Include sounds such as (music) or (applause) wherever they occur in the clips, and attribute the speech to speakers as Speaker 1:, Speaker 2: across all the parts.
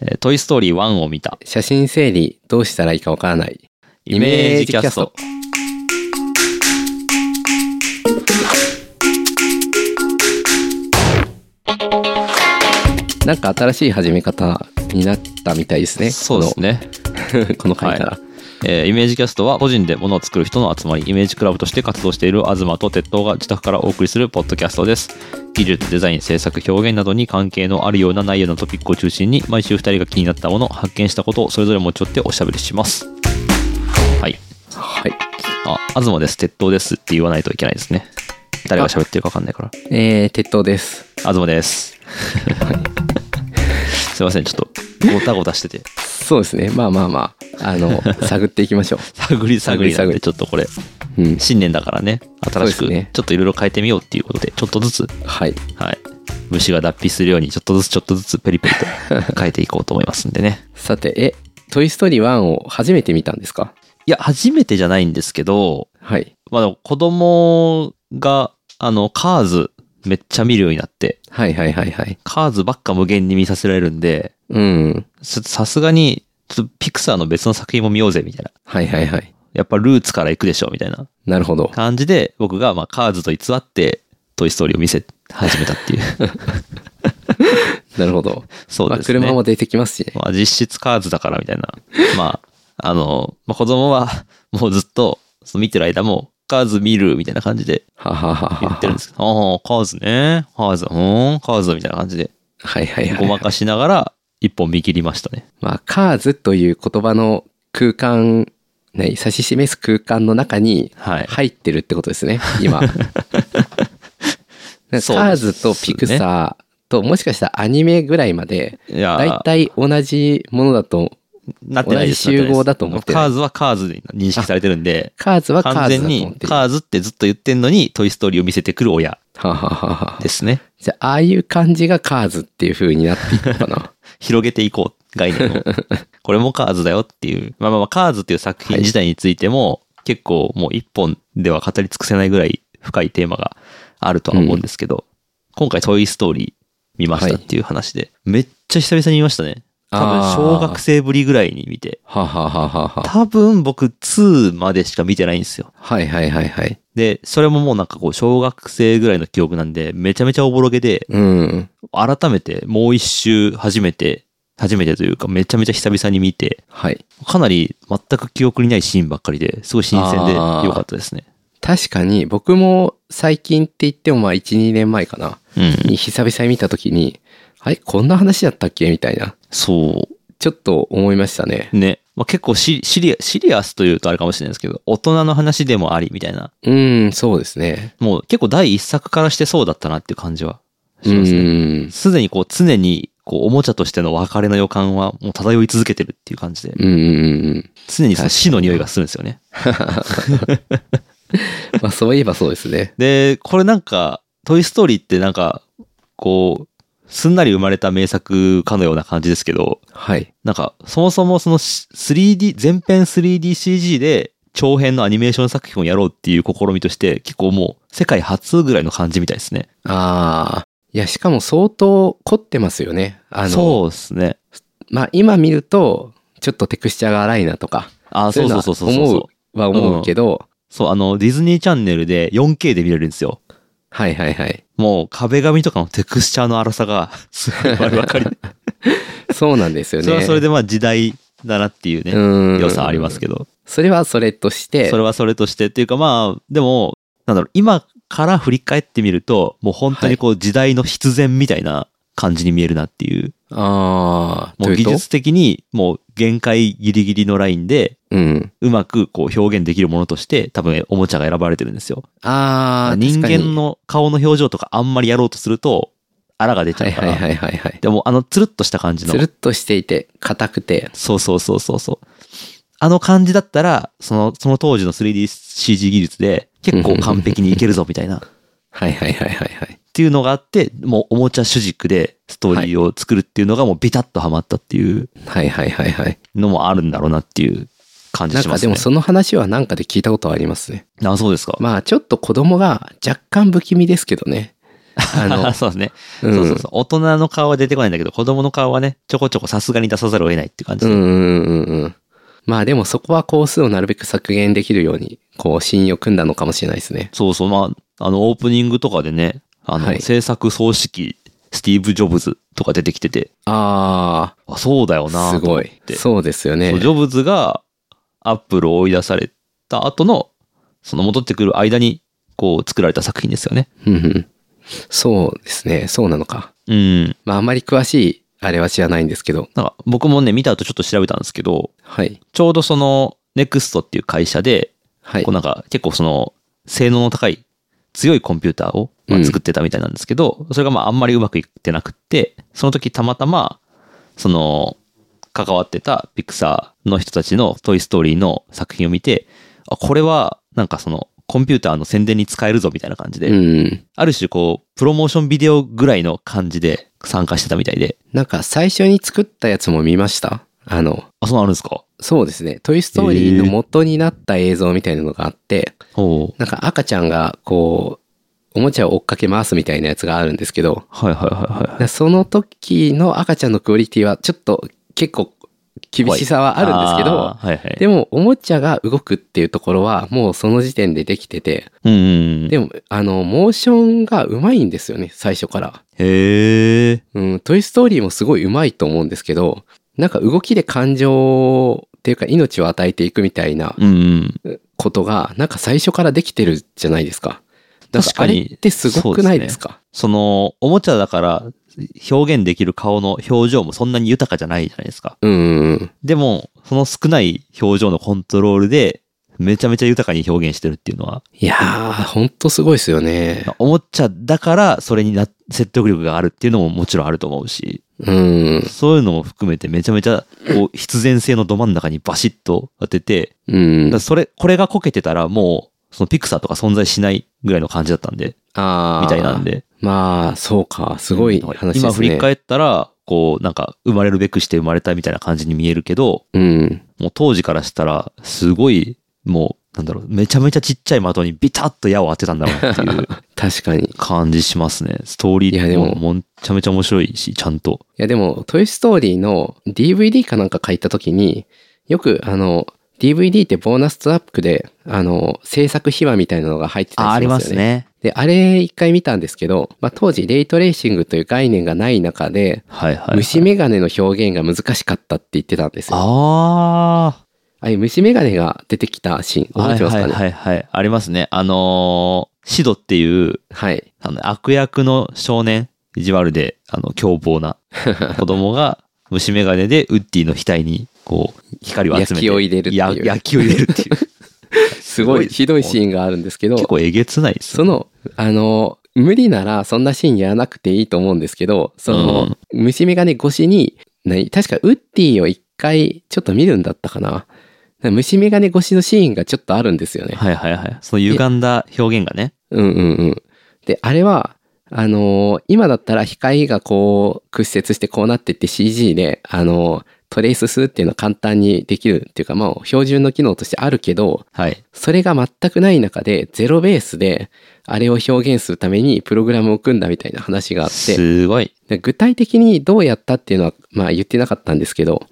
Speaker 1: えートイストーリー1を見た。
Speaker 2: 写真整理どうしたらいいかわからない。
Speaker 1: イメージキャスト。
Speaker 2: なんか新しい始め方になったみたいですね。
Speaker 1: そうですね。
Speaker 2: この (laughs) この回か
Speaker 1: え
Speaker 2: ら。
Speaker 1: ーイメージキャストは個人で物を作る人の集まり、イメージクラブとして活動している東と鉄道が自宅からお送りするポッドキャストです。技術、デザイン、制作、表現などに関係のあるようなないようなトピックを中心に、毎週2人が気になったもの、発見したことをそれぞれ持ち寄っておしゃべりします。はい。
Speaker 2: はい。
Speaker 1: あ、東です、鉄道ですって言わないといけないですね。誰が喋ってるか分かんないから。
Speaker 2: えー、鉄塔です。
Speaker 1: 東です。 (laughs) すいません、ちょっとごたごたしてて。
Speaker 2: そうですね。まあまあまあ、
Speaker 1: (laughs)
Speaker 2: あの、探っていきましょ
Speaker 1: 探り探りなんで、ちょっとこれ、
Speaker 2: う。うん。
Speaker 1: 新年だからね、新し
Speaker 2: そう
Speaker 1: く、
Speaker 2: ですね
Speaker 1: ちょっといろいろ変えてみようっていうことで、ちょっとずつ、
Speaker 2: はい。
Speaker 1: はい。虫が脱皮するように、ちょっとずつちょっとずつペリペリと変えていこうと思いますんでね。
Speaker 2: さて、え、トイストーリー1を初めて見たんですか
Speaker 1: (laughs) いや、初めてじゃないんですけど、
Speaker 2: はい。
Speaker 1: まあでも子供が、あの、カーズめっちゃ見るようになって、
Speaker 2: はいはいはいはい。
Speaker 1: カーズばっか無限に見させられるんで、
Speaker 2: うん。
Speaker 1: ちょっとさすがに、ちょっとピクサーの別の作品も見ようぜ、みたいな。
Speaker 2: はいはいはい。
Speaker 1: やっぱルーツから行くでしょ、みたいな
Speaker 2: なるほど。
Speaker 1: 感じで、僕が、まあ、カーズと偽って、トイストーリーを見せ始めたって
Speaker 2: (laughs)
Speaker 1: いう。
Speaker 2: なるほど。
Speaker 1: そうですね。
Speaker 2: まあ、車も出てきますしね。
Speaker 1: まあ、実質カーズだからみたいな。まあ、あの、まあ、子供はもうずっとその見てる間も、カーズ見るみたいな感じで
Speaker 2: はははは
Speaker 1: 言
Speaker 2: は
Speaker 1: ってるんですけど、ああ、カーズね、カーズ、うーん、カーズみたいな感じで、
Speaker 2: はいはいはい。
Speaker 1: ごまかしながら一本見切りましたね。
Speaker 2: まあ、カーズという言葉の空間、ね、指し示す空間の中に
Speaker 1: はい。
Speaker 2: 入ってるってことですね、
Speaker 1: (laughs)
Speaker 2: 今。なんか
Speaker 1: そう
Speaker 2: カ
Speaker 1: ですね
Speaker 2: ーズとピクサーと、もしかしたらアニメぐらいまで、
Speaker 1: いやー
Speaker 2: 大体同じものだと、
Speaker 1: なってないです。
Speaker 2: 同じ集合だと思ってない
Speaker 1: カーズはカーズで認識されてるんで、
Speaker 2: カーズはカー
Speaker 1: 完
Speaker 2: ズ
Speaker 1: 全
Speaker 2: だと思っ
Speaker 1: に
Speaker 2: てる。は
Speaker 1: カーズってずっと言ってんのに、トイストーリーを見せてくる親
Speaker 2: あはあはあはあ
Speaker 1: ですね。
Speaker 2: じゃあ、ああいう感じがカーズっていう風になっていくかな。
Speaker 1: 広げていこう概念をこれもカーズだよっていうまあまあまあカーズっていう作品自体についても、結構もう一本では語り尽くせないぐらい深いテーマがあるとは思うんですけど、今回「トイ・ストーリー」見ましたっていう話で、めっちゃ久々に見ましたね多分
Speaker 2: あー
Speaker 1: 小学生ぶりぐらいに見て
Speaker 2: はあはあはあはあはあ
Speaker 1: 多分僕2までしか見てないんですよ
Speaker 2: はいはいはいはい。
Speaker 1: でそれももうなんかこう小学生ぐらいの記憶なんでめちゃめちゃおぼろげで
Speaker 2: うん。
Speaker 1: 改めてもう一周初めて初めてというかめちゃめちゃ久々に見て
Speaker 2: はい。
Speaker 1: かなり全く記憶にないシーンばっかりですごい新鮮で良かったですね。
Speaker 2: 確かに、僕も最近って言ってもまあ1、2年前かな。
Speaker 1: うん。
Speaker 2: に久々に見た時に、あれこんな話だったっけみたいな。
Speaker 1: そ
Speaker 2: ちょっと思いましたね
Speaker 1: う。。ね。まあ、結構シリシリアシリアスというとあれかもしれないですけど、大人の話でもありみたいな。
Speaker 2: うん、そうですね。
Speaker 1: もう結構第一作からしてそうだったなっていう感じは
Speaker 2: う
Speaker 1: しますね。
Speaker 2: ん。
Speaker 1: すでにこう常にこうおもちゃとしての別れの予感はもう漂い続けてるっていう感じで、
Speaker 2: うんうんうん。
Speaker 1: 常にその死の匂いがするんですよね。
Speaker 2: まあそういえばそうですね。
Speaker 1: で、これなんか、トイストーリーってなんか、こう、すんなり生まれた名作かのような感じですけど、
Speaker 2: はい。
Speaker 1: なんか、そもそもその 3D、全編 3DCG で長編のアニメーション作品をやろうっていう試みとして、結構もう世界初ぐらいの感じみたいですね。
Speaker 2: ああ。いや、しかも相当凝ってますよね。あの、
Speaker 1: そうですね。
Speaker 2: まあ今見ると、ちょっとテクスチャーが荒いなとか、
Speaker 1: あ、
Speaker 2: そ
Speaker 1: そ
Speaker 2: ういううの
Speaker 1: そ
Speaker 2: は
Speaker 1: うそうそうそう。
Speaker 2: は思うけど、
Speaker 1: そう、あの、ディズニーチャンネルで 4K で見れるんですよ。
Speaker 2: はいはいはい。
Speaker 1: もう壁紙とかのテクスチャーの荒さがすごい丸分かり (laughs) で。
Speaker 2: そうなんですよね。
Speaker 1: それはそれでまあ時代だなっていうね、
Speaker 2: うん
Speaker 1: 良さありますけど。
Speaker 2: それはそれとして、
Speaker 1: それはそれとしてっていうかまあ、でも、なんだろう、今から振り返ってみると、もう本当にこう時代の必然みたいな感じに見えるなっていう。
Speaker 2: ああ、
Speaker 1: もう
Speaker 2: とい
Speaker 1: 技
Speaker 2: こと
Speaker 1: 術的にもう限界ギリギリのラインで、
Speaker 2: うん。
Speaker 1: うまくこう表現できるものとして、多分おもちゃが選ばれてるんですよ。
Speaker 2: ああ、
Speaker 1: 人
Speaker 2: 確かに
Speaker 1: 間の顔の表情とかあんまりやろうとすると、あらが出ち
Speaker 2: は
Speaker 1: ゃう
Speaker 2: い
Speaker 1: か
Speaker 2: は
Speaker 1: ら。
Speaker 2: いはいはいはい。
Speaker 1: でもあのつるっとした感じの
Speaker 2: つるっ。としていて、硬くて。
Speaker 1: そうそうそうそうそう。あの感じだったら、その、その当時の 3DCG 技術で結構完璧にいけるぞみたいな。
Speaker 2: はいはいはいはいはい。
Speaker 1: っていうのがあって、もうおもちゃ主軸でストーリーを作るっていうのがもうビタッとハマったっていう
Speaker 2: はいはいはいはい。
Speaker 1: のもあるんだろうなっていう感じ
Speaker 2: なん
Speaker 1: しま
Speaker 2: か
Speaker 1: す
Speaker 2: で
Speaker 1: ね。
Speaker 2: もその話はなんかで聞いたことありますね。
Speaker 1: あ、そうですか。、
Speaker 2: まあちょっと子供が若干不気味ですけどね。あ
Speaker 1: (laughs)
Speaker 2: の
Speaker 1: そうですね。
Speaker 2: うん
Speaker 1: そうそうそう。大人の顔は出てこないんだけど、子供の顔はね、ちょこちょこさすがに出さざるを得ないって感じ
Speaker 2: う
Speaker 1: で。
Speaker 2: んうんうんうん。まあでもそこは工数をなるべく削減できるように、こう、信用組んだのかもしれないですね。
Speaker 1: そうそう。まあ、あの、オープニングとかでね、あの、
Speaker 2: はい
Speaker 1: 制作総指揮、スティーブ・ジョブズとか出てきてて、
Speaker 2: あ
Speaker 1: あ、そうだよ
Speaker 2: あ、
Speaker 1: な
Speaker 2: すごい
Speaker 1: て。
Speaker 2: そうですよね
Speaker 1: そう。ジョブズがアップルを追い出された後の、その戻ってくる間に、こう作られた作品ですよね。
Speaker 2: うんうんそうですね。そうなのか。
Speaker 1: うん。
Speaker 2: まああんまり詳しい、あれは知らないんですけど。
Speaker 1: なんか僕もね、見た後ちょっと調べたんですけど、
Speaker 2: はい。
Speaker 1: ちょうどその、ネクストっていう会社で、
Speaker 2: はい
Speaker 1: こう。なんか結構その、性能の高い、強いコンピューターを、まあ
Speaker 2: うん
Speaker 1: 作ってたみたいなんですけど、それがまああんまりうまくいってなくって、その時たまたま、その、関わってたピクサーの人たちのトイストーリーの作品を見て、あ、これはなんかその、コンピューターの宣伝に使えるぞみたいな感じで、
Speaker 2: うん。
Speaker 1: ある種こう、プロモーションビデオぐらいの感じで参加してたみたいで、
Speaker 2: なんか最初に作ったやつも見ましたあの、
Speaker 1: あ、そうなるんですか
Speaker 2: そうですね。トイストーリーの元になった映像みたいなのがあって、
Speaker 1: おう
Speaker 2: なんか赤ちゃんがこう、おもちゃを追っかけ回すみたいなやつがあるんですけど、
Speaker 1: はいはいはいはい。
Speaker 2: その時の赤ちゃんのクオリティはちょっと結構厳しさはあるんですけ
Speaker 1: あ
Speaker 2: ど、
Speaker 1: ーはいはい。
Speaker 2: でもおもちゃが動くっていうところはもうその時点でできてて、
Speaker 1: うんうんうん。
Speaker 2: でもあの、モーションがうまいんですよね、最初から。
Speaker 1: へえ。
Speaker 2: うん、トイストーリーもすごいうまいと思うんですけど、なんか動きで感情っていうか命を与えていくみたいな
Speaker 1: うんうん。
Speaker 2: ことが、なんか最初からできてるじゃないですか。だ
Speaker 1: 確
Speaker 2: か
Speaker 1: か
Speaker 2: らあれ
Speaker 1: に
Speaker 2: ってすごくないですか
Speaker 1: その、おもちゃだから、表現できる顔の表情もそんなに豊かじゃないじゃないですか。
Speaker 2: う,、んうんうん。
Speaker 1: でも、その少ない表情のコントロールで、めちゃめちゃ豊かに表現してるっていうのは、
Speaker 2: いやー、ほんとすごいですよね。
Speaker 1: おもちゃだから、それにな、説得力があるっていうのももちろんあると思うし、
Speaker 2: うん。
Speaker 1: そういうのも含めてめちゃめちゃ、こう、必然性のど真ん中にバシッと当てて、
Speaker 2: う
Speaker 1: だ
Speaker 2: ん
Speaker 1: から。それ、これがこけてたらもう、そのピクサーとか存在しないぐらいの感じだったんで、
Speaker 2: あー
Speaker 1: みたいなん。で。
Speaker 2: まあ、そうか。すごい話ですね。
Speaker 1: 今振り返ったら、こう、なんか、生まれるべくして生まれたみたいな感じに見えるけど、
Speaker 2: うん。
Speaker 1: もう当時からしたら、すごい、もう、なんだろう、めちゃめちゃちっちゃい的にビタッと矢を当てたんだろうなっていう
Speaker 2: 確かに。い
Speaker 1: 感じしますね。ストーリ
Speaker 2: いや
Speaker 1: ー
Speaker 2: で
Speaker 1: も
Speaker 2: も
Speaker 1: もうめちゃめちゃ面白いし、ちゃんと。
Speaker 2: や、でも、トイストーリーの DVD かなんか書いた時に、よく、あの、DVD ってボーナストラックで、あの、制作秘話みたいなのが入ってたりしますよね。
Speaker 1: ね。
Speaker 2: で、あれ一回見たんですけど、まあ、当時レイトレーシングという概念がない中で、
Speaker 1: はいはい、
Speaker 2: 虫眼鏡の表現が難しかったって言ってたんですよ。あ
Speaker 1: あ
Speaker 2: れ虫眼鏡が出てきたシーン、
Speaker 1: あ。は
Speaker 2: 覚え
Speaker 1: い
Speaker 2: てます
Speaker 1: は
Speaker 2: か
Speaker 1: い
Speaker 2: ねはい、
Speaker 1: はいはい。ありますね。あのーシドっていう、あの悪役の少年、意地悪で、あの、凶暴
Speaker 2: (laughs)
Speaker 1: な子供が、虫眼鏡でウッディの額に、こう、光を集めて。
Speaker 2: 焼きを入れるっていう
Speaker 1: や焼きを入れるって
Speaker 2: (laughs)
Speaker 1: いう。
Speaker 2: すごいひどいシーンがあるんですけど
Speaker 1: 結、構えげつないです
Speaker 2: そ
Speaker 1: ね。
Speaker 2: の、あの、無理ならそんなシーンやらなくていいと思うんですけど、その、虫眼鏡越しに、何確かウッディを一回ちょっと見るんだったかな。虫眼鏡越しのシーンがちょっとあるんですよね。
Speaker 1: はいはいはい。その歪んだ表現がね。
Speaker 2: うんうんうん。で、あれは、あのー今だったら光がこう屈折してこうなってって CG で、あのートレースするっていうのは簡単にできるっていうか、まあ、標準の機能としてあるけど、
Speaker 1: はい。
Speaker 2: それが全くない中で、ゼロベースで、あれを表現するためにプログラムを組んだみたいな話があって、
Speaker 1: すごい。
Speaker 2: で具体的にどうやったっていうのは、まあ、言ってなかったんですけど、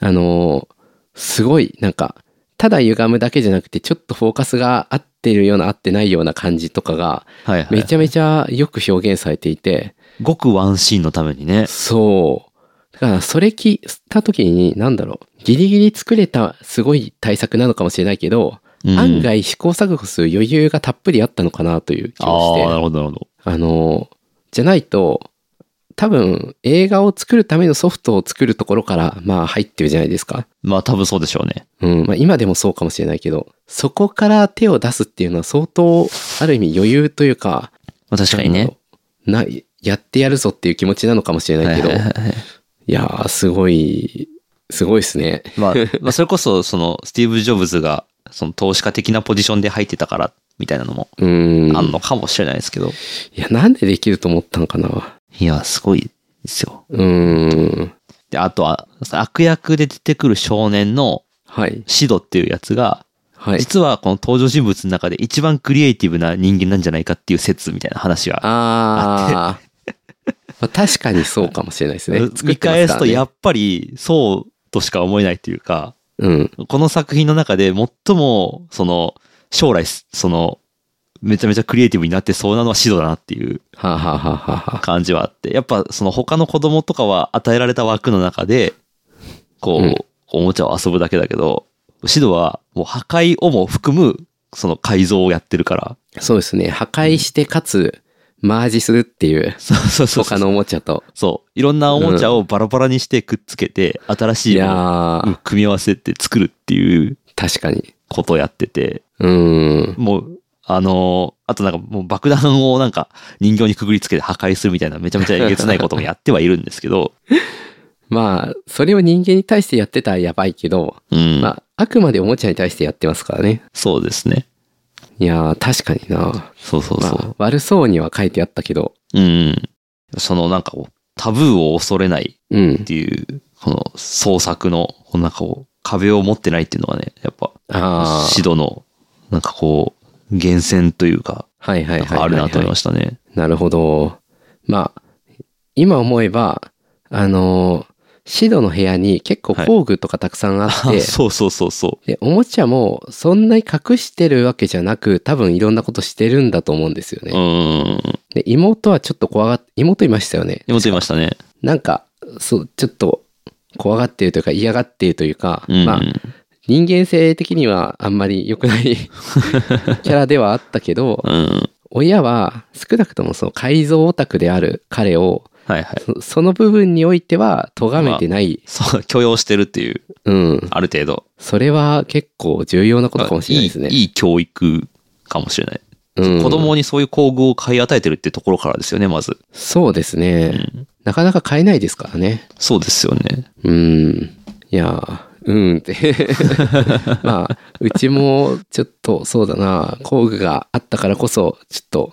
Speaker 2: あのーすごい、なんか、ただ歪むだけじゃなくて、ちょっとフォーカスが合ってるような合ってないような感じとかが、
Speaker 1: はいは
Speaker 2: め
Speaker 1: い。
Speaker 2: ちゃめちゃよく表現されていて、
Speaker 1: ごくワンシーンのためにね。
Speaker 2: そう。だから、それ聞いた時に、なんだろう、ギリギリ作れたすごい対策なのかもしれないけど、
Speaker 1: うん
Speaker 2: 案外試行錯誤する余裕がたっぷりあったのかなという気が
Speaker 1: あ
Speaker 2: して、
Speaker 1: あ、な
Speaker 2: あ
Speaker 1: るほどなるほど。
Speaker 2: の、じゃないと、多分映画を作るためのソフトを作るところから、まあ入ってるじゃないですか。
Speaker 1: まあ多分そうでしょうね。
Speaker 2: うん、まあ今でもそうかもしれないけど、そこから手を出すっていうのは相当、ある意味余裕というか、
Speaker 1: まあ確かにね。
Speaker 2: なんだろう。な、やってやるぞっていう気持ちなのかもしれないけど、
Speaker 1: はい
Speaker 2: い
Speaker 1: はいはいはい
Speaker 2: やー、すごい、すごいですね。
Speaker 1: まあ、まあそれこそ、その、スティーブ・ジョブズが、その投資家的なポジションで入ってたから、みたいなのも
Speaker 2: うーん。
Speaker 1: あんのかもしれないですけど。
Speaker 2: いや、なんでできると思ったのかな。
Speaker 1: いや、すごいですよ。
Speaker 2: うーん。
Speaker 1: で、あとは、悪役で出てくる少年の
Speaker 2: はい。
Speaker 1: シドっていうやつが、
Speaker 2: はい。
Speaker 1: 実はこの登場人物の中で一番クリエイティブな人間なんじゃないかっていう説みたいな話が
Speaker 2: あー (laughs) まあ。確かにそうかもしれないですね。作っ
Speaker 1: 見
Speaker 2: てます
Speaker 1: 返
Speaker 2: か
Speaker 1: す
Speaker 2: ら
Speaker 1: と
Speaker 2: ね
Speaker 1: やっぱりそうとしか思えないというか、
Speaker 2: うん。
Speaker 1: この作品の中で最もその将来すそのめちゃめちゃクリエイティブになってそうなのはシドだなっていう
Speaker 2: はあ、はあはあはあはあ、
Speaker 1: 感じはあって、やっぱその他の子供とかは与えられた枠の中で、こう、
Speaker 2: うん
Speaker 1: おもちゃを遊ぶだけだけど、シドはもう破壊をも含むその改造をやってるから、 (laughs)
Speaker 2: そうですね。破壊してかつ、マージするっていう、
Speaker 1: そうそうそうそ
Speaker 2: 他
Speaker 1: う
Speaker 2: のおもちゃと。
Speaker 1: そう。いろんなおもちゃをバラバラにしてくっつけて、新し
Speaker 2: い
Speaker 1: いも
Speaker 2: や
Speaker 1: のをうん
Speaker 2: ー、
Speaker 1: 組み合わせて作るっていう
Speaker 2: 確かに。
Speaker 1: ことをやってて、
Speaker 2: うーん。
Speaker 1: もう、あのーあとなんかもう爆弾をなんか人形にくぐりつけて破壊するみたいなめちゃめちゃえげつないこともやってはいるんですけど、
Speaker 2: まあ、それを人間に対してやってたらやばいけど、
Speaker 1: うん。
Speaker 2: (laughs) まあ、あくまでおもちゃに対してやってますからね。
Speaker 1: そうですね。
Speaker 2: いやー、確かにな。
Speaker 1: そうそう
Speaker 2: ま
Speaker 1: そう。
Speaker 2: あ、悪そうには書いてあったけど、
Speaker 1: うん。そのなんかこうタブーを恐れない
Speaker 2: うん
Speaker 1: っ。ていう、この創作の、このなんかこう壁を持ってないっていうのがね、やっぱ、
Speaker 2: ああ、
Speaker 1: シドの、なんかこう、源泉というか、
Speaker 2: はいは
Speaker 1: なん
Speaker 2: いはいはい、
Speaker 1: か
Speaker 2: はい。
Speaker 1: あるなと思いました
Speaker 2: (laughs)
Speaker 1: ね。
Speaker 2: なるほど。まあ、今思えば、あのーシドの部屋に結構
Speaker 1: はい
Speaker 2: 工具とかたくさんあって、
Speaker 1: あそうそうそうそう。
Speaker 2: で、おもちゃもそんなに隠してるわけじゃなく、多分いろんなことしてるんだと思うんですよ
Speaker 1: う
Speaker 2: ね。
Speaker 1: ん。
Speaker 2: で、妹はちょっと怖がっ、妹いましたよね。
Speaker 1: 妹いましたね。
Speaker 2: なんか、そう、ちょっと怖がってるというか嫌がってるというか、
Speaker 1: うん。
Speaker 2: まあ、人間性的にはあんまり良くない (laughs) キャラではあったけど、
Speaker 1: うん。
Speaker 2: 親は少なくともその改造オタクである彼を、
Speaker 1: はいはい。
Speaker 2: そその部分においては咎めてない、
Speaker 1: そう、許容してるっていう、
Speaker 2: うん。
Speaker 1: ある程度。
Speaker 2: それは結構重要なことかもしれないですね。
Speaker 1: いいいい教育かもしれない。
Speaker 2: うん
Speaker 1: 子供にそういう工具を買い与えてるってところからですよね、まず。
Speaker 2: そうですね、
Speaker 1: うん
Speaker 2: なかなか買えないですからね。
Speaker 1: そうですよね。
Speaker 2: うん。いやー、うーん
Speaker 1: (laughs)
Speaker 2: って。まあ、うちもちょっとそうだな、工具があったからこそ、ちょっと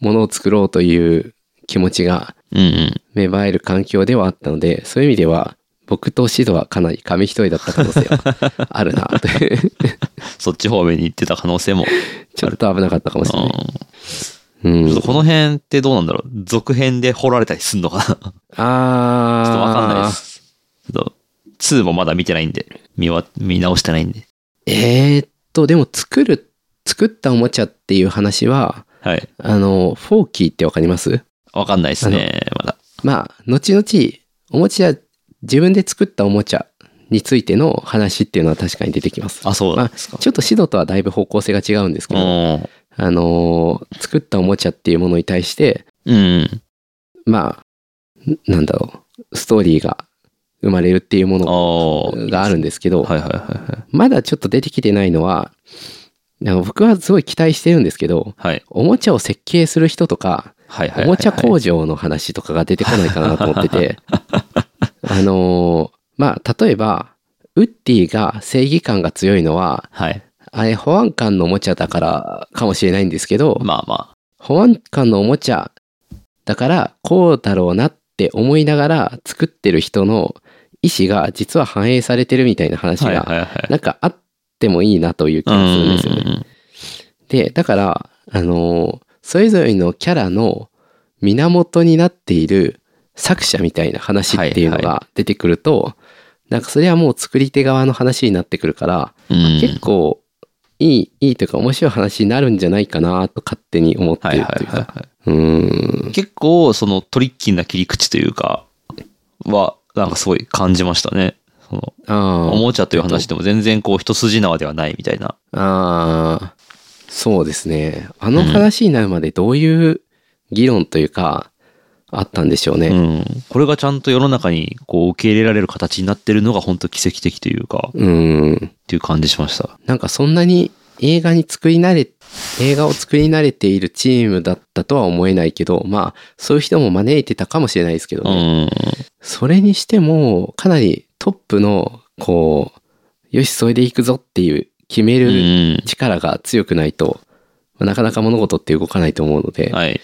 Speaker 2: 物を作ろうという気持ちが
Speaker 1: うんうん。
Speaker 2: 芽生える環境ではあったので、そういう意味では、僕とシドはかなり紙一重だった可能性はあるな、
Speaker 1: (laughs)
Speaker 2: という
Speaker 1: そっち方面に行ってた可能性も。
Speaker 2: ちょっと危なかったかもしれない。
Speaker 1: う
Speaker 2: うん
Speaker 1: ちょっ
Speaker 2: ん
Speaker 1: と。この辺ってどうなんだろう続編で掘られたりすんのかなちょっ
Speaker 2: あー。
Speaker 1: とわかんないで。す。ちょっと2もまだ見てないんで、見は、見直してないんで。
Speaker 2: えーっと、でも作る、作ったおもちゃっていう話は、
Speaker 1: はい。
Speaker 2: あの、フォーキーってわかります
Speaker 1: わかんないですね、まだ。
Speaker 2: まあ、後々、おもちゃ、自分で作ったおもちゃについての話っていうのは確かに出てきます。
Speaker 1: あ、そうなんですか。
Speaker 2: ちょっとシドとはだいぶ方向性が違うんですけど、あのー作ったおもちゃっていうものに対して、
Speaker 1: うん。うん。
Speaker 2: まあ、んなんだろう、ストーリーが生まれるっていうも
Speaker 1: あ
Speaker 2: の
Speaker 1: あ。はい
Speaker 2: があるんですけど、
Speaker 1: はいはいはい。
Speaker 2: まだちょっと出てきてないのは、あの僕はすごい期待してるんですけど、
Speaker 1: はい。
Speaker 2: おもちゃを設計する人とか、
Speaker 1: はいはいはい、はい。
Speaker 2: おもちゃ工場の話とかが出てこないかなと思っ
Speaker 1: (laughs)
Speaker 2: てて、あのーまあ、例えば、ウッディが正義感が強いのは、
Speaker 1: はい。
Speaker 2: あれ保安官のおもちゃだからかもしれないんですけど、
Speaker 1: まあま
Speaker 2: 保安官のおもちゃだからこうだろうなって思いながら作ってる人の意思が実は反映されてるみたいな話
Speaker 1: あ。はい
Speaker 2: が、
Speaker 1: はいはい。
Speaker 2: (laughs) なんかあってもいいなという気がするんですよね。
Speaker 1: ね。
Speaker 2: で、だから、あのーそれぞれのキャラの源になっている作者みたいな話っていうの
Speaker 1: はいは
Speaker 2: が出てくると、なんかそれはもう作り手側の話になってくるから、
Speaker 1: うん
Speaker 2: 結構いい、いいというか面白い話になるんじゃないかなと勝手に思って
Speaker 1: はい
Speaker 2: る
Speaker 1: は
Speaker 2: と
Speaker 1: い
Speaker 2: いう
Speaker 1: はい
Speaker 2: か。
Speaker 1: は
Speaker 2: うーん
Speaker 1: い。結構、そのトリッキーな切り口というか、は、なんかすごい感じましたね。その、
Speaker 2: あ
Speaker 1: お
Speaker 2: ー
Speaker 1: もちゃという話でも全然こう一筋縄ではないみたいな。
Speaker 2: あーそうですね。あの話になるまでどういう議論というか、あったんでしょう
Speaker 1: う
Speaker 2: ね。
Speaker 1: ん。これがちゃんと世の中にこう受け入れられる形になってるのが本当奇跡的というか、っ
Speaker 2: うん。
Speaker 1: ていう感じしました。
Speaker 2: なんかそんなに映画に作り慣れ、映画を作り慣れているチームだったとは思えないけど、まあ、そういう人も招いてたかもしれないですけど
Speaker 1: う
Speaker 2: ね。
Speaker 1: ん。
Speaker 2: それにしても、かなりトップの、こう、よし、それで行くぞっていう、決め
Speaker 1: う
Speaker 2: る
Speaker 1: ん。
Speaker 2: 力が強くないと、なかなか物事って動かないと思うので、
Speaker 1: はい。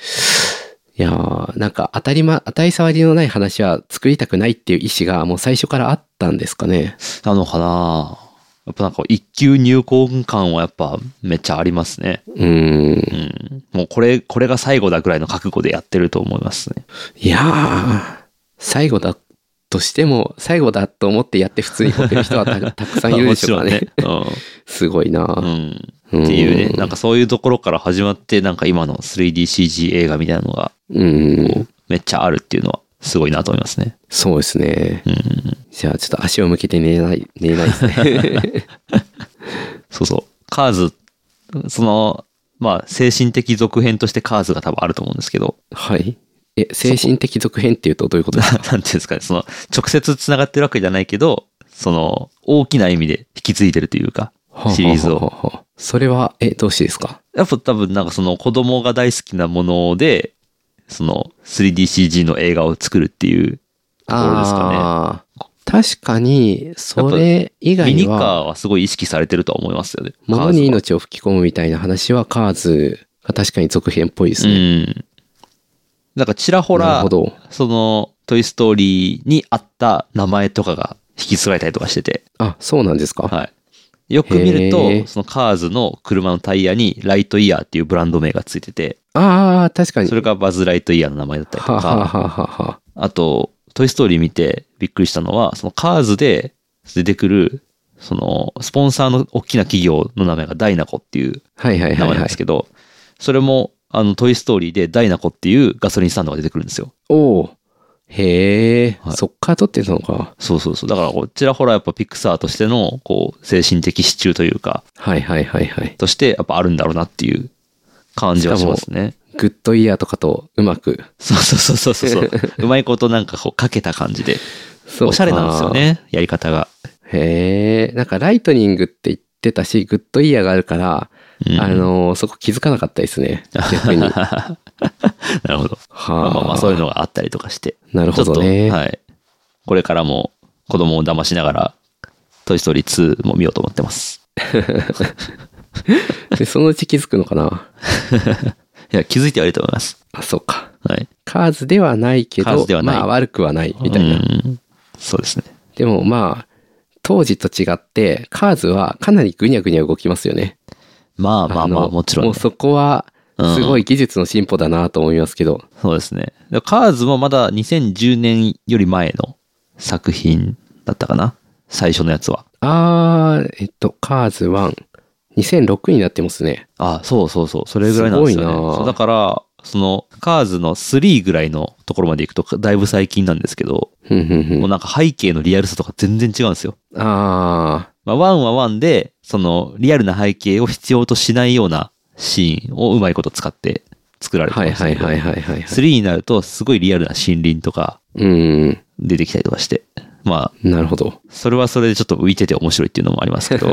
Speaker 2: いやーなんか当たりま、当たり障りのない話は作りたくないっていう意思がもう最初からあったんですかね。
Speaker 1: なのかなやっぱなんか一級入魂感はやっぱめっちゃありますね。
Speaker 2: うーん。
Speaker 1: うん。もうこれ、これが最後だぐらいの覚悟でやってると思いますね。
Speaker 2: いやー、最後だとしても、最後だと思ってやって普通に持ってる人はたたくさんいるでしょう
Speaker 1: (laughs)
Speaker 2: からね。
Speaker 1: も
Speaker 2: (laughs) すごいな、
Speaker 1: ち (laughs) ろんね。うん。うん
Speaker 2: うん
Speaker 1: っていうね、なんかそういうところから始まって、なんか今の 3DCG 映画みたいなのが、
Speaker 2: うん。
Speaker 1: めっちゃあるっていうのは、すごいなと思いますね。
Speaker 2: そうですね。
Speaker 1: うん。
Speaker 2: じゃあちょっと足を向けて寝ない、寝ないで
Speaker 1: (laughs)
Speaker 2: すね。
Speaker 1: そうそう。カーズ、その、まあ、精神的続編としてカーズが多分あると思うんですけど、 (laughs)
Speaker 2: はい。え、精神的続編っていうとどういうことですか
Speaker 1: ななんていうんですかね、その、直接繋がってるわけじゃないけど、その、大きな意味で引き継いでるというか、シリーズ
Speaker 2: は
Speaker 1: を。
Speaker 2: あはあはあはあそれは、え、どうしてですか
Speaker 1: やっぱ多分なんかその子供が大好きなもので、その 3DCG の映画を作るっていうところですかね。
Speaker 2: あー確かに、それ以
Speaker 1: ミ
Speaker 2: 外
Speaker 1: ニ
Speaker 2: は、
Speaker 1: カーはすごい意識されてるとは思いますよね。カ
Speaker 2: 物に
Speaker 1: ーズは
Speaker 2: 命を吹き込むみたいな話は、カーズが確かに続編っぽいですね。
Speaker 1: うん。なんかちらほ
Speaker 2: なる
Speaker 1: ら
Speaker 2: ほ、ど。
Speaker 1: そのトイストーリーに合った名前とかが引き継がれたりとかしてて、
Speaker 2: あ、そうなんですか、
Speaker 1: はい。よく見る
Speaker 2: へ
Speaker 1: と、
Speaker 2: ー
Speaker 1: そのカーズの車のタイヤにライトイヤーっていうブランド名がついてて、
Speaker 2: ああ、確かに。
Speaker 1: それがバズ・ライトイヤーの名前だったりと
Speaker 2: はあはあ
Speaker 1: か、
Speaker 2: はあはあはあ
Speaker 1: あと、トイストーリー見てびっくりしたのは、そのカーズで出てくる、その、スポンサーの大きな企業の名前がダイナコっていう
Speaker 2: はいはい
Speaker 1: 名
Speaker 2: は
Speaker 1: 前
Speaker 2: い
Speaker 1: なん
Speaker 2: はい
Speaker 1: です。けど、それも、あの、トイストーリーでダイナコっていうガソリンスタンドが出てくるんですよ。
Speaker 2: おお。へえ、
Speaker 1: はい
Speaker 2: そっから撮ってたのか。
Speaker 1: そうそうそう。だから、こちらほらやっぱピクサーとしての、こう、精神的支柱というか、
Speaker 2: はいはいはいはい。
Speaker 1: としてやっぱあるんだろうなっていう感じはしますね。
Speaker 2: グッドイヤーとかとうまく。
Speaker 1: そうそうそうそう
Speaker 2: (laughs)
Speaker 1: そう。うまいことなんかこう、かけた感じで。
Speaker 2: そうか
Speaker 1: おしゃれなんですよ。ね、やり方が。
Speaker 2: へえ、なんかライトニングって言ってたし、グッドイヤーがあるから、
Speaker 1: うん
Speaker 2: あのーそこ気づかなかったです
Speaker 1: (laughs)
Speaker 2: ね。逆に。は
Speaker 1: なるほど。
Speaker 2: あ
Speaker 1: まあまあまあそういうのがあったりとかして。
Speaker 2: なるほど
Speaker 1: ちょ
Speaker 2: ね。
Speaker 1: っと、はい。これからも子供を騙しながら、トイストーリー2も見ようと思ってます。
Speaker 2: でそのうち気づくのかない
Speaker 1: や、気づいてはいると思います。
Speaker 2: あ、そうか。
Speaker 1: はい。
Speaker 2: カーズではないけ
Speaker 1: カーズ
Speaker 2: ど
Speaker 1: では、ない
Speaker 2: まあ悪くはないみたいな。
Speaker 1: うんそうですね。
Speaker 2: でもまあ、当時と違って、カーズはかなりぐにゃぐにゃ動きますよね。
Speaker 1: まあまあまあ、
Speaker 2: の
Speaker 1: もちろん、
Speaker 2: も
Speaker 1: ね
Speaker 2: う。そこは、
Speaker 1: うん
Speaker 2: すごい技術の進歩だなと思いますけど。
Speaker 1: そうですね。でカーズもまだ2010年より前の作品だったかな。最初のやつは。
Speaker 2: あー、えっと、カーズ1。2006になってますね。
Speaker 1: あそうそうそう。それぐらいなんですよ
Speaker 2: すごい
Speaker 1: ね。
Speaker 2: な
Speaker 1: そうだから、その、カーズの3ぐらいのところまで行くと、だいぶ最近なんですけど、
Speaker 2: ふんふんふ。
Speaker 1: もうんなんか背景のリアルさとか全然違うんですよ。
Speaker 2: あ
Speaker 1: まあ、1は1で、その、リアルな背景を必要としないようなシーンをうまいこと使って作ら
Speaker 2: ー、
Speaker 1: れてま
Speaker 2: はい
Speaker 1: した
Speaker 2: は
Speaker 1: け
Speaker 2: い
Speaker 1: ど、
Speaker 2: はいはいはいはい。
Speaker 1: 3になると、すごいリアルな森林とか
Speaker 2: うん、
Speaker 1: 出てきたりとかして、まあ、
Speaker 2: なるほど。
Speaker 1: それはそれでちょっと浮いてて面白いっていうのもあります
Speaker 2: (laughs)
Speaker 1: けど、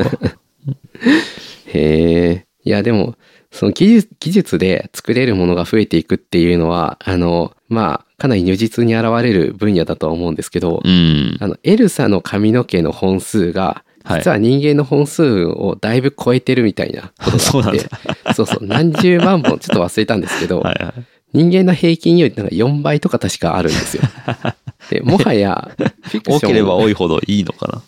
Speaker 2: へえ。いや、でも、その技術、技術で作れるものが増えていくっていうのは、あの、まあ、かなり如実に現れる分野だとは思うんですけど、
Speaker 1: うん。
Speaker 2: あの、エルサの髪の毛の本数が、
Speaker 1: はい
Speaker 2: 実は人間の本数をだいぶ超えてるみたいなこ
Speaker 1: (laughs)
Speaker 2: と
Speaker 1: そうな
Speaker 2: があ
Speaker 1: ん
Speaker 2: っ
Speaker 1: で
Speaker 2: て、そうそう、何十万本、ちょっと忘れたんですけど、
Speaker 1: はいはい。
Speaker 2: 人間の平均よりなんか4倍とか確かあるん
Speaker 1: (laughs)
Speaker 2: ですよ。で、もはや、フィクション
Speaker 1: 多ければ多いほどいいのかな。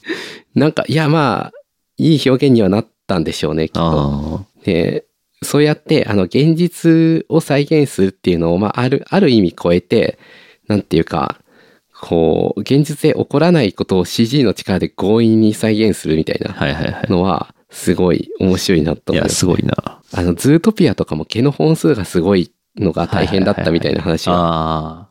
Speaker 2: なんか、いや、まあ、いい表現にはなったんでしょうね、きっと。
Speaker 1: あ
Speaker 2: で、そうやって、あの、現実を再現するっていうのを、まあ、ある、ある意味超えて、なんていうか、こう、現実で起こらないことを CG の力で強引に再現するみたい
Speaker 1: あ。
Speaker 2: な
Speaker 1: はいはいはい。
Speaker 2: のは、すごい面白いな
Speaker 1: い
Speaker 2: と思い
Speaker 1: や、
Speaker 2: ます。
Speaker 1: すごいな。
Speaker 2: あの、ズートピアとかも毛の本数がすごいのが大変だったみたいな話は。
Speaker 1: ああ。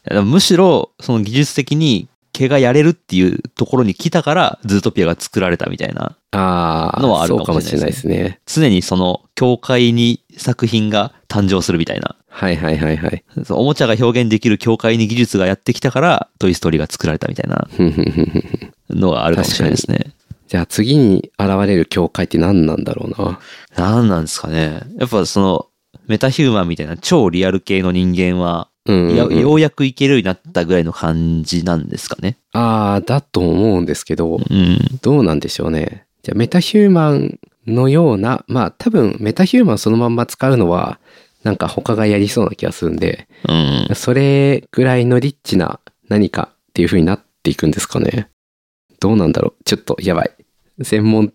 Speaker 1: いやでもむしろ、その技術的に毛がやれるっていうところに来たから、ズートピアが作られたみたいな。
Speaker 2: ああ
Speaker 1: のはある
Speaker 2: ー、そう
Speaker 1: か
Speaker 2: か
Speaker 1: も
Speaker 2: も
Speaker 1: し
Speaker 2: し
Speaker 1: れ
Speaker 2: れ
Speaker 1: な
Speaker 2: ない
Speaker 1: で
Speaker 2: いですすね。
Speaker 1: 常にその、境界に作品が誕生するみたいな。
Speaker 2: はいはいはいはい。
Speaker 1: そうおもちゃが表現できる境界に技術がやってきたから、トイストーリーが作られたみたいな
Speaker 2: ふんふんふんふんふん
Speaker 1: のがあるかもしれないですね。
Speaker 2: じゃあ次に現れる境界って何なんだろうな。
Speaker 1: なんなんですかね。やっぱその、メタヒューマンみたいな超リアル系の人間は、
Speaker 2: うんうんうん
Speaker 1: やようやくいけるようになったぐらいの感じなんですかね。
Speaker 2: ああ、だと思うんですけど、
Speaker 1: うん。
Speaker 2: どうなんでしょうね。じゃあメタヒューマンのような、まあ多分メタヒューマンそのまんま使うのは、なんか他がやりそうな気がするんで、
Speaker 1: うん。
Speaker 2: それぐらいのリッチな何かっていう風になっていくんですかね。どうなんだろうちょっとやばい。専門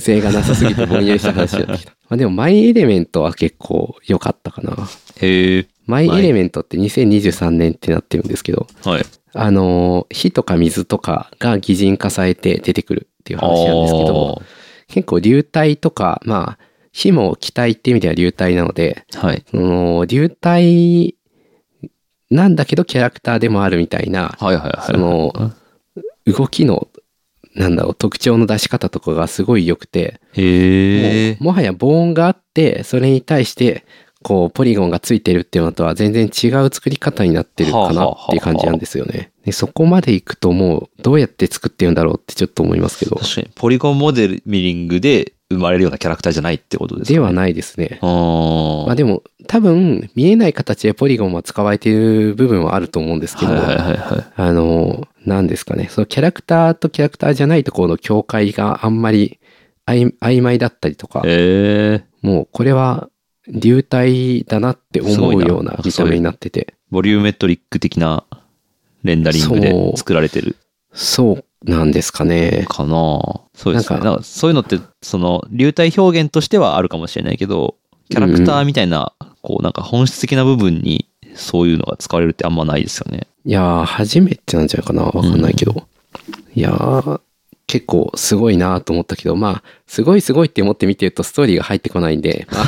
Speaker 2: 性がなさすぎてぼんやりした話になってきた。 (laughs) まあでも、マイエレメントは結構良かったかな。
Speaker 1: へえ。
Speaker 2: マイエレメントって2023年ってなってるんですけど、
Speaker 1: はい。
Speaker 2: あのー、火とか水とかが擬人化されて出てくるっていう話なんですけど、結構流体とか、まあ、火も気体って意味では流体なので、
Speaker 1: あー。はい。
Speaker 2: その流体なんだけどキャラクターでもあるみたいな
Speaker 1: はいはいはい。
Speaker 2: その動きの、なんだろう、特徴の出し方とかがすごい良くて、
Speaker 1: へえ。
Speaker 2: もうもはや防音があって、それに対して、こう、ポリゴンがついてるっていうのとは全然違う作り方になってるかなっていう感じなんですよね。でそこまで行くともう、どうやって作ってるんだろうってちょっと思いますけど、
Speaker 1: 確かに、ポリゴンモデルミリングで生まれるようなキャラクターじゃないってことですか、ね、。
Speaker 2: ではいないですね。
Speaker 1: あー
Speaker 2: まあでも、多分、見えない形でポリゴンは使われている部分はあると思うんですけど、
Speaker 1: はいはいはいはい。
Speaker 2: あの、何ですかね、そのキャラクターとキャラクターじゃないところの境界があんまり曖曖昧だったりとか、
Speaker 1: ええ
Speaker 2: もうこれは流体だなって
Speaker 1: す
Speaker 2: 思
Speaker 1: ごいうな
Speaker 2: ような見た目になってて、
Speaker 1: ボリューメトリック的なレンダリング
Speaker 2: そ
Speaker 1: で
Speaker 2: う
Speaker 1: 作られてる
Speaker 2: そうなんですかね。
Speaker 1: かなそうですね。
Speaker 2: なん
Speaker 1: な
Speaker 2: か
Speaker 1: んかそういうのって、その、流体表現としてはあるかもしれないけど、キャラクターみたいな、こう、なんか本質的な部分に、そういうのが使われるってあんまないですよね。
Speaker 2: いやー、初めてなんじゃないかな、わかんないけど。いやー、結構すごいなと思ったけど、まあ、すごいすごいって思って見てるとストーリーが入ってこないんで、
Speaker 1: (laughs)
Speaker 2: まあ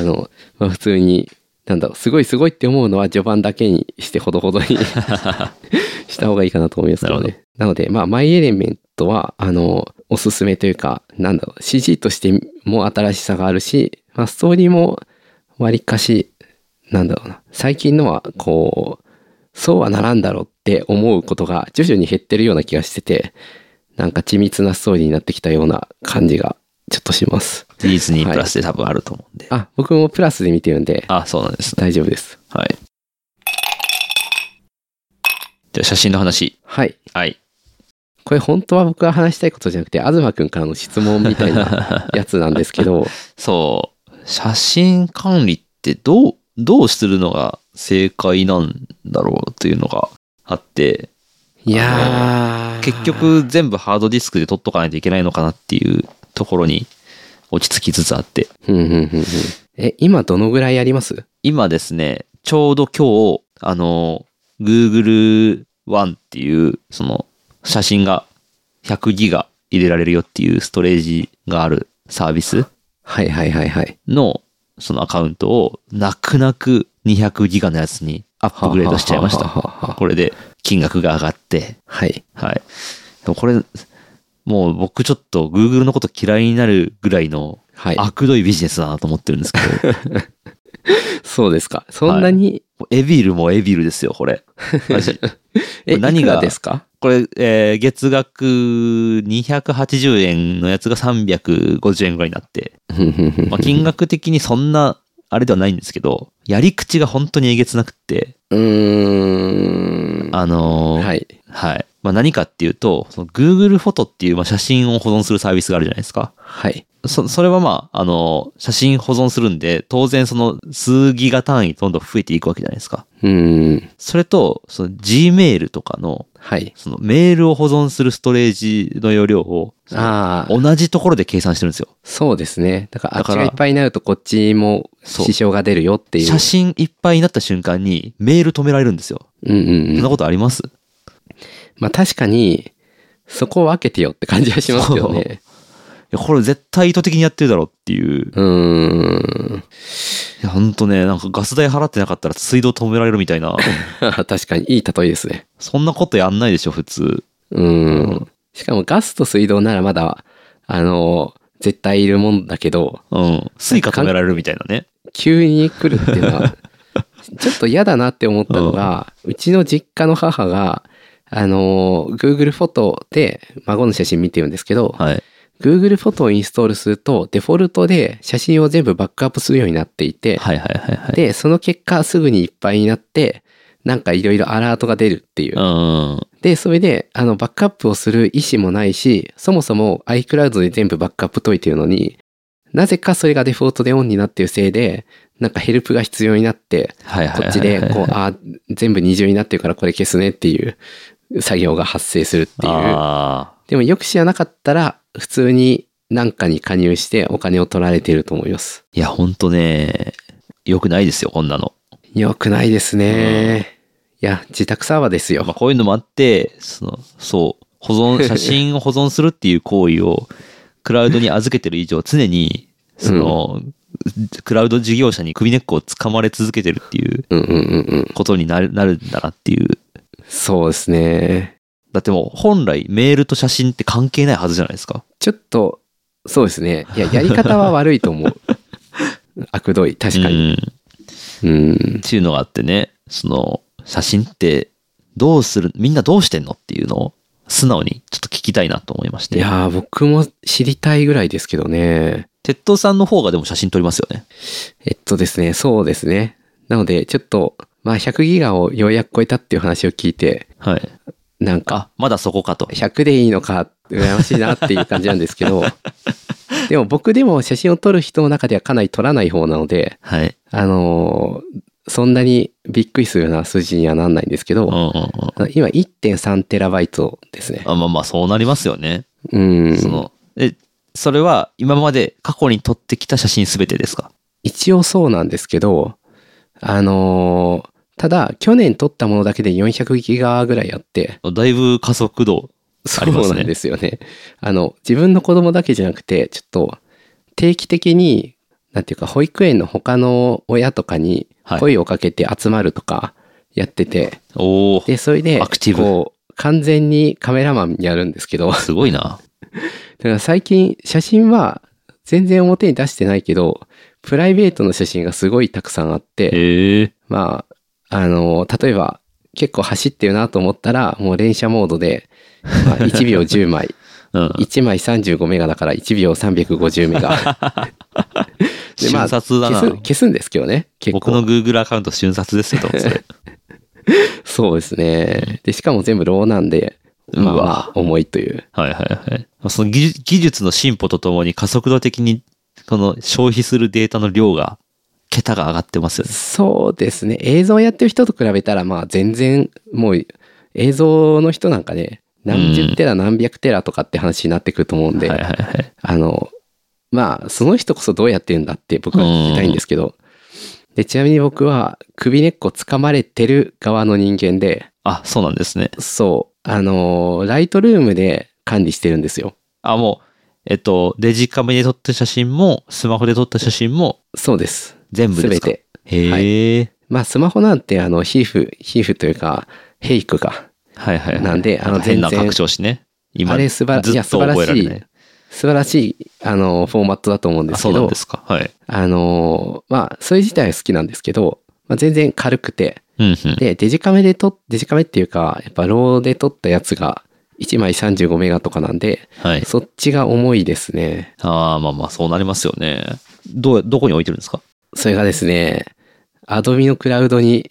Speaker 2: あの、まあ普通に、なんだろう、すごいすごいって思うのは序盤だけにしてほどほ
Speaker 1: (laughs)
Speaker 2: どにした方がいいかなと思いますけ
Speaker 1: な
Speaker 2: ど
Speaker 1: る
Speaker 2: ね。なので、まあ、マイエレメントは、あの、おすすめというか、なんだろう、CG としても新しさがあるし、まあ、ストーリーも割かし、なんだろうな、最近のは、こう、そうはならんだろうって思うことが徐々に減ってるような気がしてて、なんか緻密なストーリーになってきたような感じがちょっとします。
Speaker 1: ディズニープラスで多分あると思うんで。
Speaker 2: あ、僕もプラスで見てるんで、
Speaker 1: あ、そうなんですね。
Speaker 2: 大丈夫です。
Speaker 1: はい。じゃあ、写真の話。
Speaker 2: はい。
Speaker 1: はい。
Speaker 2: これ本当は僕が話したいことじゃなくて、東くんからの質問みたい
Speaker 1: (laughs)
Speaker 2: なやつなんですけど、
Speaker 1: そう。写真管理ってどう、どうするのが正解なんだろうというのがあって、
Speaker 2: いやー。
Speaker 1: 結、局全部ハードディスクで取っとかないといけないのかなっていうところに落ち着きつつあって。
Speaker 2: うんうんうんうん。え、今どのぐらいあります
Speaker 1: 今ですね、ちょうど今日、あの、Google One っていう、その、写真が100ギガ入れられるよっていうストレージがあるサービス
Speaker 2: はいはいはいはい。
Speaker 1: の、そのアカウントを、泣く泣く200ギガのやつにアップグレードしちゃいまし
Speaker 2: は
Speaker 1: た。
Speaker 2: はははは
Speaker 1: これで金額が上がって、
Speaker 2: はい。
Speaker 1: はい。でもこれ、もう僕ちょっと Google のこと嫌いになるぐらいの
Speaker 2: はい。
Speaker 1: 悪どいビジネスだなと思ってるんですけ
Speaker 2: (laughs)
Speaker 1: ど、
Speaker 2: そうですか。そんなに、
Speaker 1: エビルもエビルですよ、これ。マジ
Speaker 2: え、
Speaker 1: 何
Speaker 2: 何
Speaker 1: が
Speaker 2: がですか
Speaker 1: これ、えー月額280円のやつが350円ぐらいになって、
Speaker 2: うんうんうんうん (laughs)
Speaker 1: まあ、金額的にそんな、あれではないんですけど、やり口が本当にえげつなくって、
Speaker 2: うーん。
Speaker 1: あのー
Speaker 2: はい。
Speaker 1: はい。まあ、何かっていうと、その Google フォトっていう、まあ、写真を保存するサービスがあるじゃないですか。
Speaker 2: はい。
Speaker 1: そ、それはまあ、あの、写真保存するんで、当然その数ギガ単位どんどん増えていくわけじゃないですか。
Speaker 2: うーん。
Speaker 1: それと、その Gmail とかの、
Speaker 2: はい。
Speaker 1: そのメールを保存するストレージの容量を、その
Speaker 2: ああ、
Speaker 1: 同じところで計算してるんですよ。
Speaker 2: そうですね。だから、あ
Speaker 1: だ
Speaker 2: っ
Speaker 1: か
Speaker 2: ち
Speaker 1: ら
Speaker 2: がいっぱいになるとこっちも
Speaker 1: そう
Speaker 2: 支障が出るよっていう。
Speaker 1: 写真いっぱいになった瞬間にメール止められるんですよ。
Speaker 2: うんうん
Speaker 1: そん
Speaker 2: う。
Speaker 1: なんことあります
Speaker 2: まあ確かに、そこを分けてよって感じはしますよね。
Speaker 1: いやこれ絶対意図的にやってるだろうっていう。
Speaker 2: うーん。 (laughs)
Speaker 1: いや、ほんとね、なんかガス代払ってなかったら水道止められるみたい
Speaker 2: (laughs)
Speaker 1: な。
Speaker 2: 確かに、いい例えですね。
Speaker 1: そんなことやんないでしょ、普通。
Speaker 2: うーん。しかもガスと水道ならまだ、あの、絶対いるもんだけど、
Speaker 1: うん。スイカ止められるみたいなね。
Speaker 2: 急に来るっていうのは、ちょっと嫌だなって思ったのが、うちの実家の母が、あの、Google フォトで孫の写真見てるんですけど、
Speaker 1: はい。
Speaker 2: Google フォトをインストールすると、デフォルトで写真を全部バックアップするようになっていて、
Speaker 1: はいはいはいはい。
Speaker 2: で、その結果すぐにいっぱいになって、なんかいろいろアラートが出るっていう
Speaker 1: う。ん。
Speaker 2: で、それで、あの、バックアップをする意思もないし、そもそも iCloud で全部バックアップ解いてるのに、なぜかそれがデフォルトでオンになってるせいで、なんかヘルプが必要になって、
Speaker 1: はいはいはいはい。
Speaker 2: こっちで、こう、あー全部二重になってるからこれ消すねっていう作業が発生するっていう
Speaker 1: あ
Speaker 2: でもよく知らなかったら、普通に何かに加入してお金を取られてると思います。
Speaker 1: いや、ほんとね、良くないですよ、こんなの。
Speaker 2: よくないですね。いや、自宅サーバーですよ。
Speaker 1: まあ、こういうのもあって、その、そう、保
Speaker 2: (laughs)
Speaker 1: 存、写真を保存するっていう行為を、クラウドに預けてる以上、常に、その、クラウド事業者に首根っこを掴まれ続けてるっていう
Speaker 2: うんうんうんうん。
Speaker 1: ことになる、なるんだなっていう。
Speaker 2: そうですね。
Speaker 1: だってもう、本来メールと写真って関係ないはずじゃないですか。
Speaker 2: ちょっと、そうですね。いや、やり方は悪いと (laughs) 思う。悪どい、確か
Speaker 1: うん
Speaker 2: に。うん
Speaker 1: っ。ていうのがあってね、その、写真って、どうする、みんなどうしてんのっていうのを、素直にちょっと聞きたいなと思いまし
Speaker 2: い
Speaker 1: て。
Speaker 2: やー、僕も知りたいぐらいですけどね。
Speaker 1: 鉄道さんの方がでも写真撮りますよね。
Speaker 2: えっとですね、そうですね。なので、ちょっと、まあ、100ギガをようやく超えたっていう話を聞いて、
Speaker 1: はい。
Speaker 2: なんか、
Speaker 1: まだそこかと。
Speaker 2: 100でいいのか、羨ましいなっていう感じなんですけ (laughs) ど、でも僕でも写真を撮る人の中ではかなり撮らない方なので、
Speaker 1: はい。
Speaker 2: あのーそんなにびっくりするような数字にはなんないんですけ
Speaker 1: うん
Speaker 2: ど、
Speaker 1: うんうん。
Speaker 2: あの今1.3テラバイトですね。
Speaker 1: あまあまあ、そうなりますよね。
Speaker 2: うん。
Speaker 1: その、え、それは今まで過去に撮ってきた写真すべてですか
Speaker 2: 一応そうなんですけど、あのーただ、去年撮ったものだけで400ギガぐらいあって、
Speaker 1: だいぶ加速度。あ
Speaker 2: そ
Speaker 1: りますね
Speaker 2: うなんですよね。あの、自分の子供だけじゃなくて、ちょっと、定期的に、なんていうか、保育園の他の親とかに
Speaker 1: はい
Speaker 2: 声をかけて集まるとかやってて、
Speaker 1: おお
Speaker 2: で、それで、
Speaker 1: アクティブ
Speaker 2: こう、完全にカメラマンやるんですけど、だ (laughs)
Speaker 1: すごいな。
Speaker 2: から最近、写真は全然表に出してないけど、プライベートの写真がすごいたくさんあって、
Speaker 1: へえ。
Speaker 2: まあ、あの、例えば、結構走ってるなと思ったら、もう連写モードで、ま
Speaker 1: (laughs)
Speaker 2: あ、1秒10枚、
Speaker 1: うん。
Speaker 2: 1枚35メガだから1秒350
Speaker 1: (laughs)
Speaker 2: メガ。でま
Speaker 1: 瞬
Speaker 2: あ
Speaker 1: 殺だな。
Speaker 2: 消す消すんですけどね、結
Speaker 1: 僕
Speaker 2: 構
Speaker 1: の。Google アカウント瞬殺ですよ、多分
Speaker 2: (laughs)
Speaker 1: それ
Speaker 2: そうですね。で、しかも全部ローなんで、まあ、
Speaker 1: うわ
Speaker 2: まあ、重いという。
Speaker 1: はいはいはいまあ。その技術技術の進歩とともに加速度的に、この消費するデータの量が、桁が上がってますよね。
Speaker 2: そうですね。映像やってる人と比べたら、まあ、全然、もう、映像の人なんかね、何十テラ何百テラとかって話になってくると思うんで、
Speaker 1: はいはいはい。
Speaker 2: あの、まあ、その人こそどうやってるんだって僕は聞きたいんですけど、で、ちなみに僕は首根っこ掴まれてる側の人間で、
Speaker 1: あ、そうなんですね。
Speaker 2: そう、あのーライトルームで管理してるんですよ。
Speaker 1: あ、もう、えっと、デジカメで撮った写真も、スマホで撮った写真も、
Speaker 2: そうです。
Speaker 1: 全部
Speaker 2: す
Speaker 1: で
Speaker 2: べ
Speaker 1: すか
Speaker 2: て。
Speaker 1: へえ、
Speaker 2: まあ、スマホなんて、あの、皮膚、皮膚というか、ヘイクか。
Speaker 1: はい。はいはい
Speaker 2: なんであの
Speaker 1: か変な
Speaker 2: 全然
Speaker 1: 拡張子ね。今、
Speaker 2: あれ素晴ら
Speaker 1: ず
Speaker 2: いや
Speaker 1: っと覚えられない。
Speaker 2: 素晴らしい、あのーフォーマットだと思うんで
Speaker 1: あ、
Speaker 2: すけ
Speaker 1: そうな
Speaker 2: ど
Speaker 1: んで、すか。はい。
Speaker 2: あのーまあ、それ自体は好きなんですけど、まあ、全然軽くて、
Speaker 1: うんうん。
Speaker 2: で、デジカメで撮っ、デジカメっていうか、やっぱローで撮ったやつが1枚35メガとかなんで、
Speaker 1: はい。
Speaker 2: そっちが重いですね。
Speaker 1: ああ、まあまあ、そうなりますよね。どう、どこに置いてるんですか
Speaker 2: それがですね、アドビのクラウドに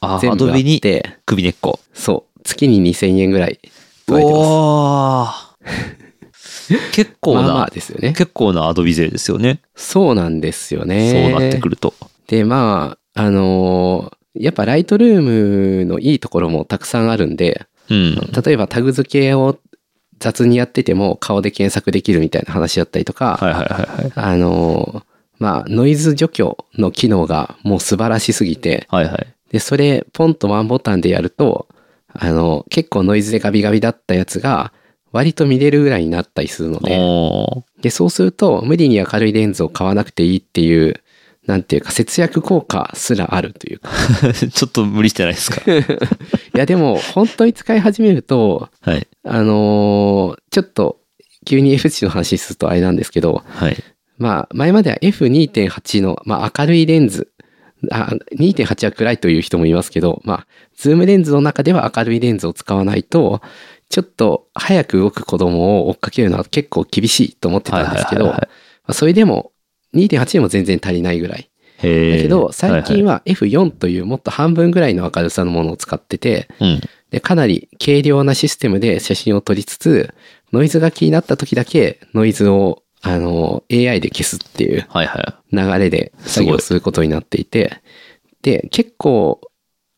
Speaker 1: あー、
Speaker 2: 全
Speaker 1: ア
Speaker 2: 部
Speaker 1: ド
Speaker 2: あっ
Speaker 1: ビに
Speaker 2: て、
Speaker 1: 首根っこ。
Speaker 2: そう、月に2000円ぐらい取られてます。
Speaker 1: (laughs) おー結構な、
Speaker 2: まあまあですよね。
Speaker 1: 結構なアドビ勢ですよね。
Speaker 2: そうなんですよね。
Speaker 1: そうなってくると。
Speaker 2: で、まあ、あのーやっぱライトルームのいいところもたくさんあるんで、
Speaker 1: うん。
Speaker 2: 例えばタグ付けを雑にやってても顔で検索できるみたいな話だったりとか、
Speaker 1: はいはいはいはい。
Speaker 2: あのーまあ、ノイズ除去の機能がもう素晴らしすぎて、
Speaker 1: はいはい。
Speaker 2: で、それ、ポンとワンボタンでやると、あのー結構ノイズでガビガビだったやつが、割と見れるぐらいになったりするので、
Speaker 1: おー
Speaker 2: で、そうすると、無理に明るいレンズを買わなくていいっていう、なんていうか、節約効果すらあるというか。
Speaker 1: (laughs) ちょっと無理してないです
Speaker 2: (laughs)
Speaker 1: か。
Speaker 2: いや、でも、本当に使い始めると、
Speaker 1: はい。
Speaker 2: あのーちょっと、急に F 値の話するとあれなんですけど、
Speaker 1: はい。
Speaker 2: まあ、前までは F2.8 の、まあ、明るいレンズ。あ2.8は暗いという人もいますけど、まあ、ズームレンズの中では明るいレンズを使わないと、ちょっと早く動く子供を追っかけるのは結構厳しいと思ってたんですけど、
Speaker 1: はいはい
Speaker 2: ま
Speaker 1: はい
Speaker 2: あそれでも2.8でも全然足りないぐらい。だ
Speaker 1: へえ。
Speaker 2: けど、最近
Speaker 1: は
Speaker 2: は F4 というもっと半分ぐらいの明るさのものを使ってて、
Speaker 1: いはい。うん。
Speaker 2: で、かなり軽量なシステムで写真を撮りつつ、ノイズが気になった時だけノイズを、あの、AI で消すっていう
Speaker 1: はいは
Speaker 2: 流れで作業することになっていて、で、結構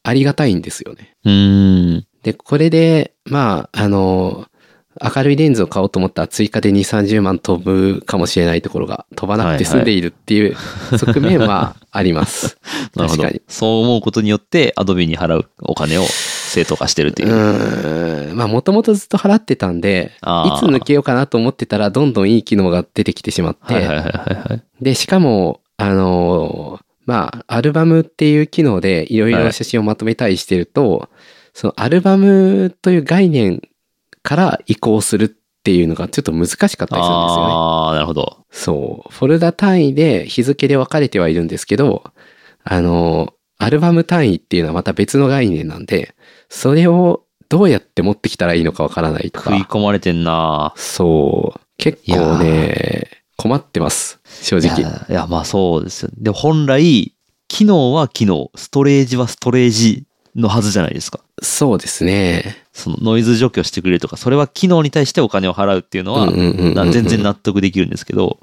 Speaker 2: ありがたいんですよね。
Speaker 1: い。うーん。
Speaker 2: で、これで、まあ、あの、明るいレンズを買おうと思ったら追加で2、30万飛ぶかもしれないところが飛ばなくて済んでいるっていう側面はあります。
Speaker 1: (laughs) なるほ
Speaker 2: 確
Speaker 1: ど
Speaker 2: かに。。
Speaker 1: そう思うことによって、アドビに払うお金を正当化してるというう。
Speaker 2: ーん。まあ、もともとずっと払ってたんで、いつ
Speaker 1: あー
Speaker 2: 抜けようかなと思ってたら、どんどんいい機能が出てきてしまって、
Speaker 1: はいはいはいはいはい。
Speaker 2: で、しかも、あのーまあ、アルバムっていう機能でいろいろ写真をまとめたりしてると、そのアルバムという概念から移行するっていうのがちょっと難しかったりするんですよね。
Speaker 1: ああ、なるほど。
Speaker 2: そう。フォルダ単位で日付で分かれてはいるんですけど、あの、アルバム単位っていうのはまた別の概念なんで、それをどうやって持ってきたらいいのか分からないと
Speaker 1: 食い
Speaker 2: か。
Speaker 1: 込まれてんな
Speaker 2: そう。結構ね、困ってます。正
Speaker 1: いや
Speaker 2: 直。
Speaker 1: いや、まあそうですよ。でも本来、機能は機能、ストレージはストレージのはずじゃないですか。
Speaker 2: そうですね。
Speaker 1: そのノイズ除去してくれるとか、それは機能に対してお金を払うっていうのは、な全然
Speaker 2: な
Speaker 1: 納得できるんですけど、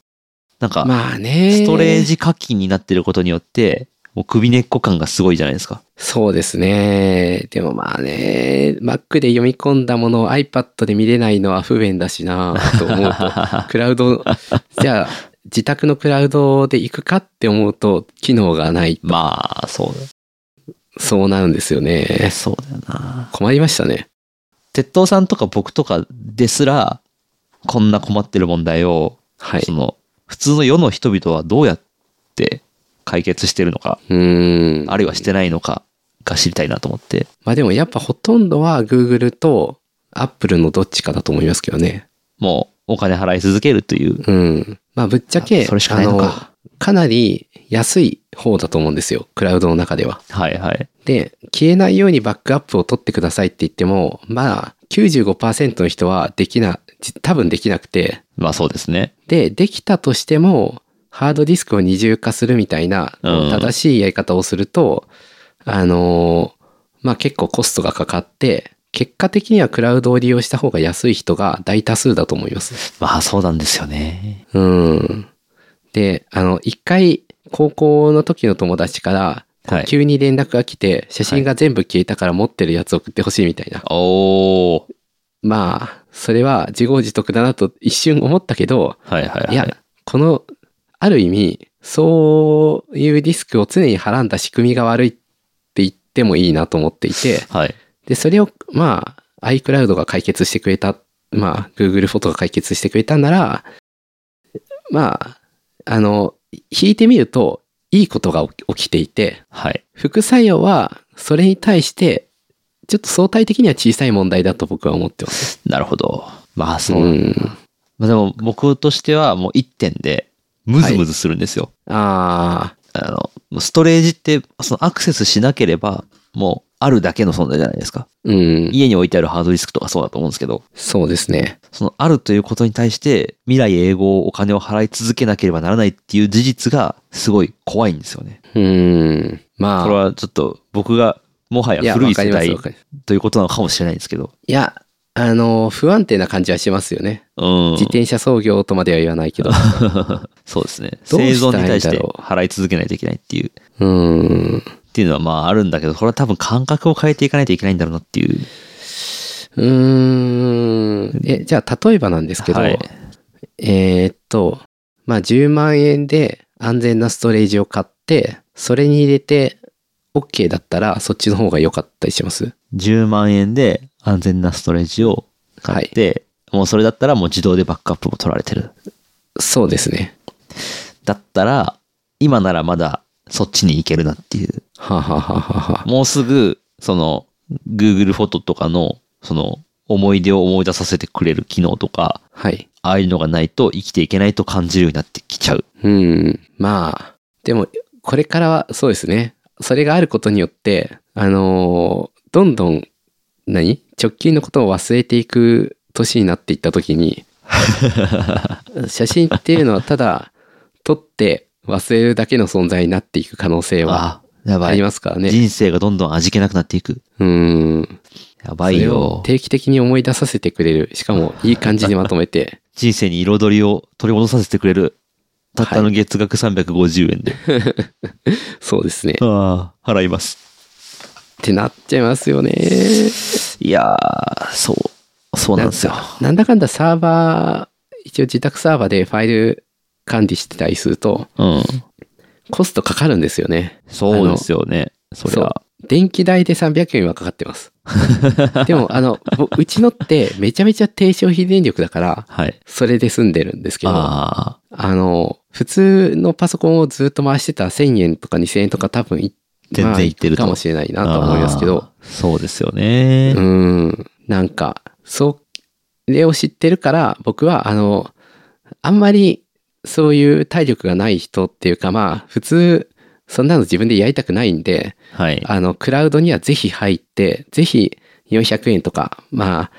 Speaker 1: なんか、
Speaker 2: まあね。
Speaker 1: ストレージ課金になってることによって、もう首根っこ感がすごいじゃないです (laughs) か。
Speaker 2: そうですね。でもまあね、Mac で読み込んだものを iPad で見れないのは不便だしなと思う
Speaker 1: (laughs)
Speaker 2: と、クラウド、じゃあ自宅のクラウドで行くかって思うと、機能がない。
Speaker 1: まあ、そうだ
Speaker 2: そうなるんですよね。
Speaker 1: そうだよな。
Speaker 2: 困りましたね。
Speaker 1: 鉄道さんとか僕とかですら、こんな困ってる問題を、
Speaker 2: はい
Speaker 1: そ。の、普通の世の人々はどうやって解決してるのか、
Speaker 2: うーん。
Speaker 1: あるいはしてないのかが知りたいなと思って。
Speaker 2: まあでもやっぱほとんどは Google と Apple のどっちかだと思いますけどね。
Speaker 1: もう、お金払い続けるという。
Speaker 2: うん。まあぶっちゃけ、
Speaker 1: あそれしかないのか
Speaker 2: あのかなり安い方だと思うんですよ。クラウドの中では。
Speaker 1: はいはい。
Speaker 2: で、消えないようにバックアップを取ってくださいって言っても、まあ、95%の人はできな、じ多分できなくて、
Speaker 1: まあそうですね。
Speaker 2: で、できたとしても、ハードディスクを二重化するみたいな、
Speaker 1: う
Speaker 2: こ
Speaker 1: ん
Speaker 2: う正しいやり方をすると、あのーまあ結構コストがかかって、結果的にはクラウドを利用した方が安い人が大多数だと思います。
Speaker 1: まあそうなんですよね。
Speaker 2: うん。で、あの、一回、高校の時の友達から、
Speaker 1: はい。
Speaker 2: 急に連絡が来て、写真が全部消えたから持ってるやつ送ってほしいみたいな。
Speaker 1: おー。
Speaker 2: まあ、それは自業自得だなと一瞬思ったけど、
Speaker 1: はいはいはい。
Speaker 2: いや、この、ある意味、そういうリスクを常にはらんだ仕組みが悪いって言ってもいいなと思っていて、
Speaker 1: はい。
Speaker 2: で、それを、まあ、iCloud が解決してくれた、まあ、Google フォトが解決してくれたなら、まあ、あの、引いてみると、いいことが起き起きていて、
Speaker 1: はい。
Speaker 2: 副作用はそれに対してちょっと相対的には小さい問題だと僕は思ってます。
Speaker 1: なるほど。まあそうう。
Speaker 2: ん。
Speaker 1: まあでも僕としてはもう一点で、ムズムズするんですよ。
Speaker 2: ああ、
Speaker 1: あの、ストレージって、そのアクセスしなければ、もうあるだけの存在じゃないですか。
Speaker 2: うん。
Speaker 1: 家に置いてあるハードディスクとかそうだと思うんですけど、
Speaker 2: そうですね。
Speaker 1: そのあるということに対して、未来英語をお金を払い続けなければならないっていう事実が、すごい怖いんですよね。
Speaker 2: うん。まあ。
Speaker 1: それはちょっと僕が、もはいや
Speaker 2: や、
Speaker 1: 古
Speaker 2: わ
Speaker 1: い
Speaker 2: か
Speaker 1: 世
Speaker 2: ります
Speaker 1: 代
Speaker 2: わかります。
Speaker 1: ということなのかもしれないんですけど。
Speaker 2: いや、あの、不安定な感じはしますよね。
Speaker 1: うん
Speaker 2: 自。転車操業とまでは言わないけど。
Speaker 1: (laughs) そうですね。
Speaker 2: どう
Speaker 1: 生
Speaker 2: した
Speaker 1: 存
Speaker 2: らいい
Speaker 1: に
Speaker 2: んだろう
Speaker 1: 対して払い続けないといけないっていう、っ
Speaker 2: うん。
Speaker 1: ていうのはまああるんだけど、これは多分感覚を変えていかないといけないんだろうなっていう。
Speaker 2: うん。え、じゃあ、例えばなんですけど、
Speaker 1: はい。
Speaker 2: えーっと、まあ、10万円で安全なストレージを買って、それに入れて OK だったら、そっちの方が良かったりします
Speaker 1: 10万円で安全なストレージを買って、もうそれだったらもう自動でバックアップも取られてる。
Speaker 2: そうですね。
Speaker 1: だったら、今ならまだそっちに行けるなっていう。
Speaker 2: はあ、はあはあはあはあ、
Speaker 1: もうすぐ、その、Google フォトとかの、その、思い出を思い出させてくれる機能とか、
Speaker 2: はい。
Speaker 1: ああいうのがないと生きていけないと感じるようになってきちゃう。
Speaker 2: うん。まあ、でも、これからはそうですね。それがあることによって、あのーどんどん、何直近のことを忘れていく年になっていった
Speaker 1: (laughs)
Speaker 2: 時に、写真っていうのはただ、撮って忘れるだけの存在になっていく可能性は
Speaker 1: あ、やば
Speaker 2: あ
Speaker 1: い
Speaker 2: り。ますからね。
Speaker 1: 人生がどんどん味気なくなっていく。
Speaker 2: うーん。
Speaker 1: や
Speaker 2: そ
Speaker 1: ばい
Speaker 2: れを
Speaker 1: よ。
Speaker 2: 定期的に思い出させてくれる。しかも、いい感じにまとめて。
Speaker 1: 人生に彩りを取り戻させてくれる。たったの月額350円で。
Speaker 2: そうですね。
Speaker 1: ああ、 (laughs) 払います。
Speaker 2: ってなっちゃいますよね。
Speaker 1: いやー、そう。そうなんですよ。
Speaker 2: なんだかんだサーバー、一応自宅サーバーでファイル管理してたりすると、
Speaker 1: うん。
Speaker 2: コストかかるんですよね。
Speaker 1: そうですよね。そり
Speaker 2: う
Speaker 1: ゃ。
Speaker 2: 電気代で300円はかかっ
Speaker 1: (laughs)
Speaker 2: てます。でも、あの、ぼうちのってめちゃめちゃ低消費電力だから、
Speaker 1: はい。
Speaker 2: それで済んでるんですけど、あ
Speaker 1: あ
Speaker 2: の、普通のパソコンをずっと回してたら1000円とか2000円とか多分い
Speaker 1: 全然
Speaker 2: まあ
Speaker 1: いってると
Speaker 2: くかもしれない
Speaker 1: あ。
Speaker 2: なと思いますけど、
Speaker 1: あー。そうですよね
Speaker 2: う。ん、なんか、それを知ってるから、僕は、あの、あんまり、そういう体力がない人っていうか、まあ、普通、そんなの自分でやりたくないんで、
Speaker 1: はい。
Speaker 2: あの、クラウドにはぜひ入って、ぜひ400円とか、ま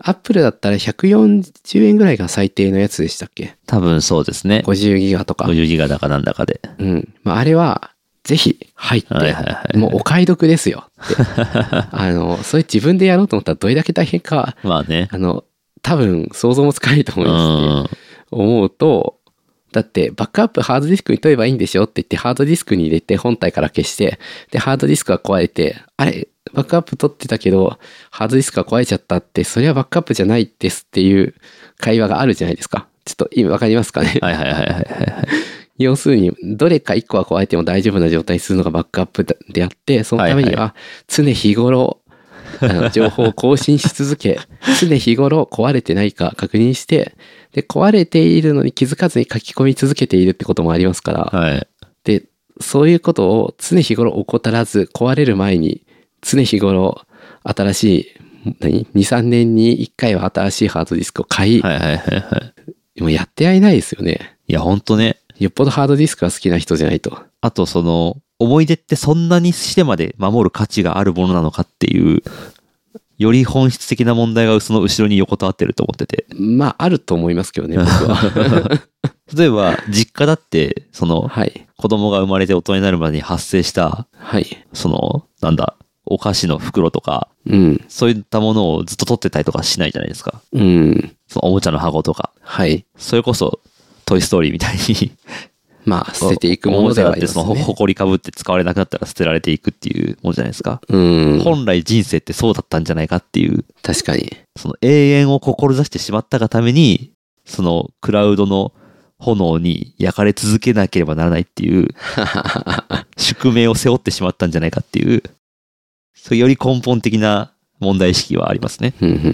Speaker 2: あ、アップルだったら140円ぐらいが最低のやつでしたっけ
Speaker 1: 多分そうですね。
Speaker 2: ?50 ギガとか。
Speaker 1: 50ギガだかなんだかで。
Speaker 2: うん。まあ、あれは、ぜひ入って、
Speaker 1: はいはいはい。
Speaker 2: もうお買い得ですよ
Speaker 1: (laughs)
Speaker 2: って。あの、それ自分でやろうと思ったらどれだけ大変か、
Speaker 1: まあね。
Speaker 2: あの、多分想像もつかないと
Speaker 1: う
Speaker 2: 思いま
Speaker 1: ん。
Speaker 2: すって思うと、だってバックアップハードディスクに取ればいいんでしょって言ってハードディスクに入れて本体から消して、で、ハードディスクが壊れて、あれ、バックアップ取ってたけど、ハードディスクが壊れちゃったって、それはバックアップじゃないですっていう会話があるじゃないですか。ちょっと今わかりますかね、
Speaker 1: はいはいはいはいはい。
Speaker 2: 要するに、どれか1個は壊れても大丈夫な状態にするのがバックアップであって、そのために
Speaker 1: はい
Speaker 2: は常日頃、
Speaker 1: (laughs)
Speaker 2: あの情報を更新し続け、常日頃壊れてないか確認して、で、壊れているのに気づかずに書き込み続けているってこともありますから、
Speaker 1: はい。
Speaker 2: で、そういうことを常日頃怠らず、壊れる前に、常日頃新しい、何 ?2、3年に1回は新しいハードディスクを買い、
Speaker 1: はいはいはいはい。
Speaker 2: もうやってやれないですよね。
Speaker 1: いや、ほんとね。
Speaker 2: よっぽどハードディスクが好きな人じゃないと。
Speaker 1: あと、その、思い出ってそんなにしてまで守る価値があるものなのかっていう、より本質的な問題がその後ろに横たわってると思ってて。
Speaker 2: まあ、あると思いますけどね、僕は。
Speaker 1: 例えば、実家だって、その、
Speaker 2: はい。
Speaker 1: 子供が生まれて大人になるまでに発生した、
Speaker 2: はい。
Speaker 1: その、なんだ、お菓子の袋とか、
Speaker 2: うん。
Speaker 1: そういったものをずっと取ってたりとかしないじゃないですか。
Speaker 2: うん。
Speaker 1: そのおもちゃの箱とか。
Speaker 2: はい。
Speaker 1: それこそ、トイストーリーみたいに、
Speaker 2: まあ、捨てていくものではあります
Speaker 1: おもちゃだってその、ほ
Speaker 2: ね。
Speaker 1: こりかぶって使われなくなったら捨てられていくっていうもんじゃないですか。
Speaker 2: うん。
Speaker 1: 本来人生ってそうだったんじゃないかっていう、
Speaker 2: 確かに。
Speaker 1: その永遠を志してしまったがために、そのクラウドの炎に焼かれ続けなければならないって
Speaker 2: (laughs)
Speaker 1: いう、宿命を背負ってしまったんじゃないかっていう、そういうより根本的な問題意識はありますね。
Speaker 2: うんうんうんう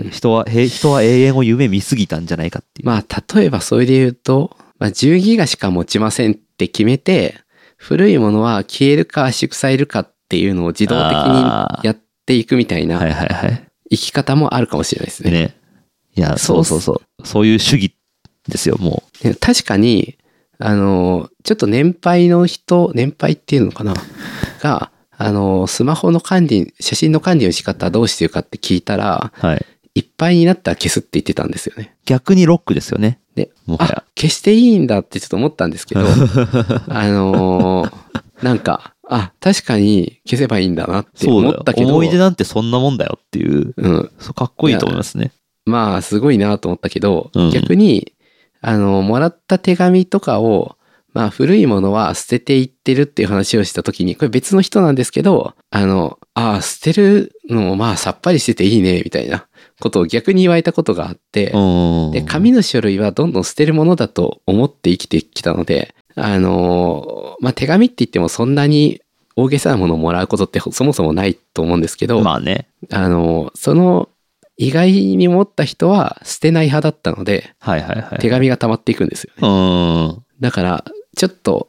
Speaker 2: んうん
Speaker 1: 人は、へ人は永遠を夢見すぎたんじゃないかっていう。
Speaker 2: まあ、例えばそれで言うと、まあ、10ギガしか持ちませんって決めて、古いものは消えるか圧縮されるかっていうのを自動的
Speaker 1: あー
Speaker 2: にやっていくみたい
Speaker 1: は
Speaker 2: ない
Speaker 1: はいはい。
Speaker 2: 生き方もあるかもしれないですね。
Speaker 1: ね。いや、そうそうそう。そういう主義ですよ、もう。
Speaker 2: で確かに、あの、ちょっと年配の人、年配っていうのかな、が、あの、スマホの管理、写真の管理の仕方どうしてるかって聞いたら、
Speaker 1: はい。
Speaker 2: いっぱいになったら消すって言ってたんですよね。
Speaker 1: 逆にロックですよね。
Speaker 2: で、
Speaker 1: もは
Speaker 2: あ
Speaker 1: や。、
Speaker 2: 消していいんだってちょっと思った
Speaker 1: (laughs)
Speaker 2: んですけど、あの、なんか、あ、確かに消せばいいんだなって
Speaker 1: そう
Speaker 2: 思
Speaker 1: だ
Speaker 2: っ
Speaker 1: よ
Speaker 2: た。けど、
Speaker 1: 思い出なんてそんなもんだよっていう、
Speaker 2: うん、
Speaker 1: そうかっこいいと思いますね。
Speaker 2: まあ、すごいなと思ったけど、
Speaker 1: うん
Speaker 2: 逆に、あの、もらった手紙とかを、まあ、古いものは捨てていってるっていう話をしたときに、これ別の人なんですけど、あの、ああ、捨てるのもまあ、さっぱりしてていいね、みたいなことを逆に言われたことがあって
Speaker 1: う、ん。
Speaker 2: で、紙の書類はどんどん捨てるものだと思って生きてきたので、あの、まあ、手紙って言ってもそんなに大げさなものをもらうことってそもそもないと思うんですけど、
Speaker 1: まあね。
Speaker 2: あの、その、意外に持った人は捨てない派だったので、
Speaker 1: はいはいはい。
Speaker 2: 手紙が溜まっていくんですよね。
Speaker 1: うん。
Speaker 2: だから、ちょっと、